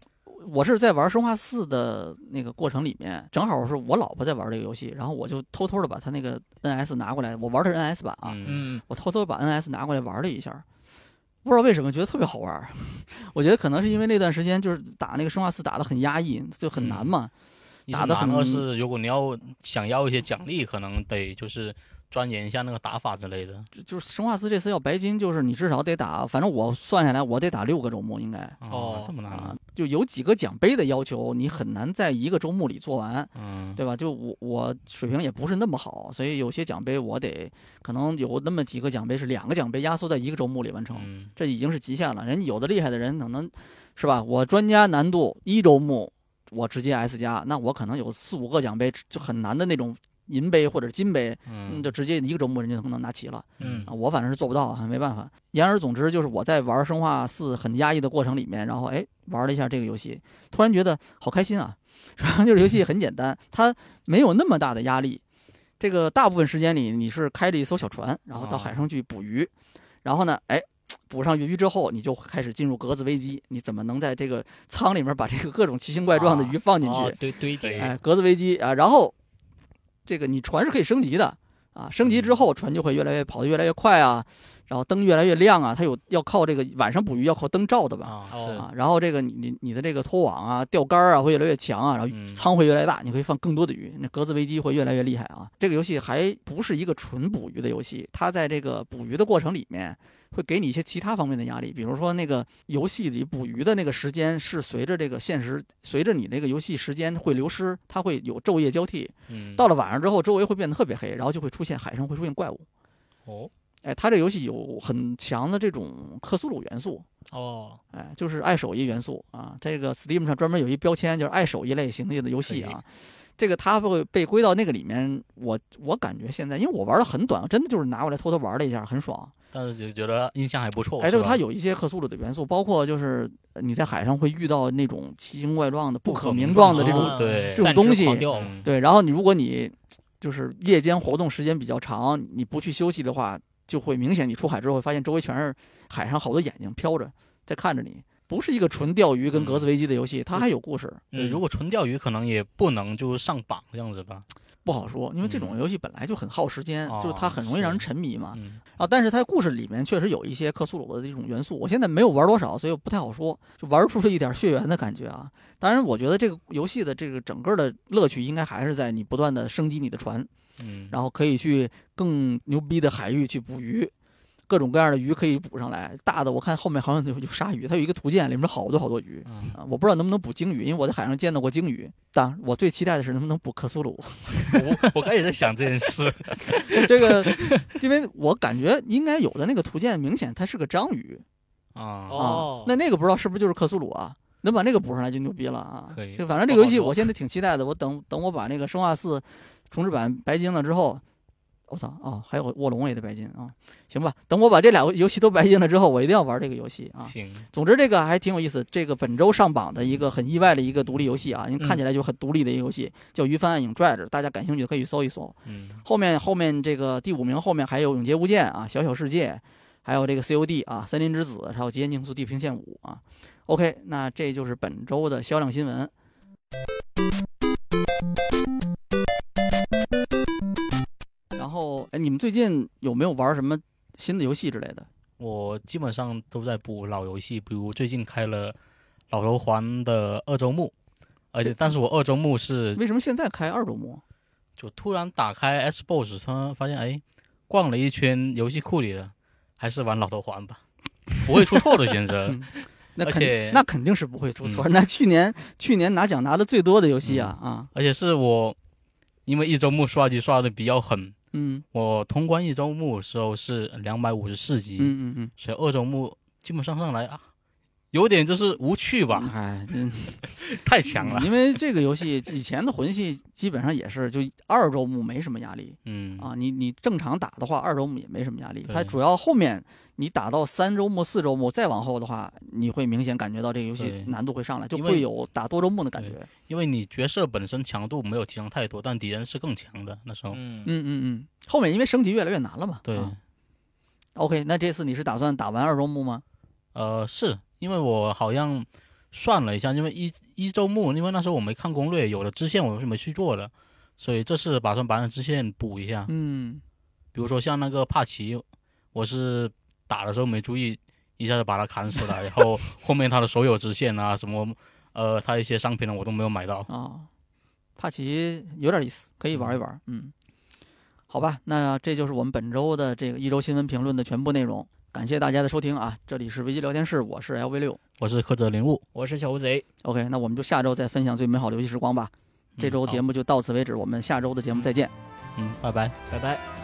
[SPEAKER 1] 我是在玩《生化四》的那个过程里面，正好是我老婆在玩这个游戏，然后我就偷偷的把她那个 NS 拿过来，我玩的是 NS 版啊，
[SPEAKER 2] 嗯
[SPEAKER 3] 嗯
[SPEAKER 1] 我偷偷把 NS 拿过来玩了一下，不知道为什么觉得特别好玩儿。 我觉得可能是因为那段时间就是打那个生化四打的很压抑，就很
[SPEAKER 2] 嗯
[SPEAKER 1] 难嘛。
[SPEAKER 2] 一
[SPEAKER 1] 打
[SPEAKER 2] 是
[SPEAKER 1] 得
[SPEAKER 2] 难
[SPEAKER 1] 很
[SPEAKER 2] 二是如果你要想要一些奖励，可能得就是钻研一下那个打法之类的。
[SPEAKER 1] 就就是生化四这次要白金，就是你至少得打，反正我算下来我得打六个周末应该
[SPEAKER 2] 哦
[SPEAKER 3] 哦，
[SPEAKER 2] 这么难
[SPEAKER 1] 啊
[SPEAKER 2] 啊？，
[SPEAKER 1] 就有几个奖杯的要求，你很难在一个周末里做完，
[SPEAKER 2] 嗯，
[SPEAKER 1] 对吧？就我我水平也不是那么好，所以有些奖杯我得可能有那么几个奖杯是两个奖杯压缩在一个周末里完成，
[SPEAKER 2] 嗯，
[SPEAKER 1] 这已经是极限了。人家有的厉害的人可能是吧，我专家难度一周目我直接 S 加，那我可能有四五个奖杯就很难的那种银杯或者金杯，
[SPEAKER 2] 嗯
[SPEAKER 1] 嗯，就直接一个周目人家就能拿齐了。
[SPEAKER 3] 嗯
[SPEAKER 1] 啊，我反正是做不到啊，没办法。言而总之，就是我在玩生化四很压抑的过程里面，然后哎玩了一下这个游戏，突然觉得好开心啊！ 然后就是游戏很简单，它没有那么大的压力。这个大部分时间里，你是开着一艘小船，然后到
[SPEAKER 2] 哦
[SPEAKER 1] 海上去捕鱼，然后呢，哎。捕上鱼之后，你就开始进入格子危机。你怎么能在这个舱里面把这个各种奇形怪状的鱼放进去？
[SPEAKER 3] 哦堆堆叠，
[SPEAKER 1] 哎，格子危机啊，然后这个你船是可以升级的啊，升级之后船就会越来越跑得越来越快啊，然后灯越来越亮啊，它有要靠这个晚上捕鱼要靠灯照的吧
[SPEAKER 2] 啊，
[SPEAKER 3] 哦
[SPEAKER 2] 是
[SPEAKER 1] 啊，然后这个你你你的这个拖网啊、钓竿啊会越来越强啊，然后
[SPEAKER 2] 嗯
[SPEAKER 1] 仓会越来越大，你可以放更多的鱼，那格子危机会越来越厉害啊。这个游戏还不是一个纯捕鱼的游戏，它在这个捕鱼的过程里面。会给你一些其他方面的压力，比如说那个游戏里捕鱼的那个时间是随着这个现实，随着你那个游戏时间会流失，它会有昼夜交替。
[SPEAKER 2] 嗯，
[SPEAKER 1] 到了晚上之后，周围会变得特别黑，然后就会出现海上会出现怪物。
[SPEAKER 2] 哦，
[SPEAKER 1] 哎，它这游戏有很强的这种克苏鲁元素，
[SPEAKER 3] 哦，
[SPEAKER 1] 哎，就是爱手艺元素啊。这个 Steam 上专门有一标签，就是爱手艺类型的游戏啊。这个它会被归到那个里面，我我感觉现在，因为我玩的很短，真的就是拿过来偷偷玩了一下，很爽。
[SPEAKER 2] 但是就觉得印象还不错。
[SPEAKER 1] 哎，
[SPEAKER 2] 是
[SPEAKER 1] 对，
[SPEAKER 2] 吧
[SPEAKER 1] 它有一些克苏鲁的元素，包括就是呃你在海上会遇到那种奇形怪状的、不可名状的这种
[SPEAKER 2] 啊对
[SPEAKER 1] 这种东西
[SPEAKER 3] 哦散枝狂
[SPEAKER 2] 嗯
[SPEAKER 1] 对，然后你如果你就是夜间活动时间比较长，你不去休息的话，就会明显你出海之后会发现周围全是海上好多眼睛飘着在看着你，不是一个纯钓鱼跟格
[SPEAKER 2] 嗯
[SPEAKER 1] 子危机的游戏，它还有故事，
[SPEAKER 2] 对，
[SPEAKER 3] 嗯
[SPEAKER 2] 如果纯钓鱼可能也不能就上榜这样子吧。
[SPEAKER 1] 不好说，因为这种游戏本来就很耗时间，
[SPEAKER 2] 嗯哦
[SPEAKER 1] 就是它很容易让人
[SPEAKER 2] 是
[SPEAKER 1] 沉迷嘛。
[SPEAKER 2] 嗯，
[SPEAKER 1] 啊，但是它故事里面确实有一些克苏鲁的这种元素，我现在没有玩多少，所以我不太好说，就玩出了一点血缘的感觉啊。当然，我觉得这个游戏的这个整个的乐趣应该还是在你不断的升级你的船，
[SPEAKER 2] 嗯，
[SPEAKER 1] 然后可以去更牛逼的海域去捕鱼，各种各样的鱼可以捕上来。大的我看后面好像有有鲨鱼，它有一个图鉴，里面好多好多鱼
[SPEAKER 2] 嗯
[SPEAKER 1] 啊！我不知道能不能捕鲸鱼，因为我在海上见到过鲸鱼，但我最期待的是能不能捕克苏鲁。
[SPEAKER 2] 我我刚才也在想这件事。
[SPEAKER 1] 这个，因为我感觉应该有的那个图鉴明显它是个章鱼
[SPEAKER 2] 啊，
[SPEAKER 1] 啊，
[SPEAKER 3] 哦
[SPEAKER 1] 那那个不知道是不是就是克苏鲁啊？能把那个捕上来就牛逼了啊！
[SPEAKER 2] 可以
[SPEAKER 1] 就反正这个游戏
[SPEAKER 2] 不好说
[SPEAKER 1] 我现在挺期待的，我等等我把那个生化四重置版白金了之后，我操哦，还有卧龙也得白金啊，行吧，等我把这俩游戏都白金了之后，我一定要玩这个游戏啊。
[SPEAKER 2] 行，
[SPEAKER 1] 总之这个还挺有意思，这个本周上榜的一个很意外的一个独立游戏啊，因为
[SPEAKER 2] 嗯
[SPEAKER 1] 看起来就很独立的一个游戏，叫《鱼帆暗影拽着》，大家感兴趣的可以搜一搜。
[SPEAKER 2] 嗯，
[SPEAKER 1] 后面后面这个第五名后面还有《永劫无间》啊，《小小世界》，还有这个 COD 啊，《森林之子》，还有《极限竞速：地平线五》啊。OK，那这就是本周的销量新闻。然后，哎，你们最近有没有玩什么新的游戏之类的？
[SPEAKER 2] 我基本上都在补老游戏，比如最近开了老头环的二周目，而且但是我二周目是
[SPEAKER 1] 为什么现在开二周目？。
[SPEAKER 2] 就突然打开 Xbox，突然发现哎，逛了一圈游戏库里了，还是玩老头环吧，不会出错的选择
[SPEAKER 1] 那
[SPEAKER 2] 而
[SPEAKER 1] 肯
[SPEAKER 2] 且嗯
[SPEAKER 1] 那肯定是不会出错。那去年去年拿奖拿的最多的游戏啊、啊，
[SPEAKER 2] 而且是我因为一周目刷机刷的比较狠，
[SPEAKER 1] 嗯
[SPEAKER 2] 我通关一周目的时候是两百五十四级，
[SPEAKER 1] 嗯嗯嗯，
[SPEAKER 2] 所以二周目基本上上来啊，有点就是无趣吧，
[SPEAKER 1] 哎，嗯
[SPEAKER 2] 太强 了。
[SPEAKER 1] 因为这个游戏以前的魂系基本上也是，就二周目没什么压力
[SPEAKER 2] 嗯
[SPEAKER 1] 啊，你你正常打的话，二周目也没什么压力。
[SPEAKER 2] 对
[SPEAKER 1] 它主要后面你打到三周目、四周目再往后的话，你会明显感觉到这个游戏
[SPEAKER 2] 对
[SPEAKER 1] 难度会上来，就
[SPEAKER 2] 因为
[SPEAKER 1] 会有打多周目的感觉
[SPEAKER 2] 对。因为你角色本身强度没有提升太多，但敌人是更强的那时候。
[SPEAKER 3] 嗯
[SPEAKER 1] 嗯嗯嗯，后面因为升级越来越难了嘛。
[SPEAKER 2] 对，
[SPEAKER 1] 啊 OK，那这次你是打算打完二周目吗？
[SPEAKER 2] 呃，是因为我好像算了一下，因为一一周目，因为那时候我没看攻略，有的支线我是没去做的，所以这次打算把那支线补一下。
[SPEAKER 1] 嗯，
[SPEAKER 2] 比如说像那个帕奇，我是打的时候没注意，一下就把他砍死了，然后后面他的所有支线啊，什么呃，他一些商品呢，我都没有买到。
[SPEAKER 1] 啊，帕奇有点意思，可以玩一玩。嗯好吧，那这就是我们本周的这个一周新闻评论的全部内容。感谢大家的收听啊！这里是危机聊天室，我是 LV 六。
[SPEAKER 2] 我是柯哲林悟，
[SPEAKER 3] 我是小乌贼，
[SPEAKER 1] OK，那我们就下周再分享最美好的游戏时光吧。这周节
[SPEAKER 2] 目，
[SPEAKER 1] 目就到此为止，我们下周的节目再见。
[SPEAKER 2] 嗯，拜拜。
[SPEAKER 3] 拜拜。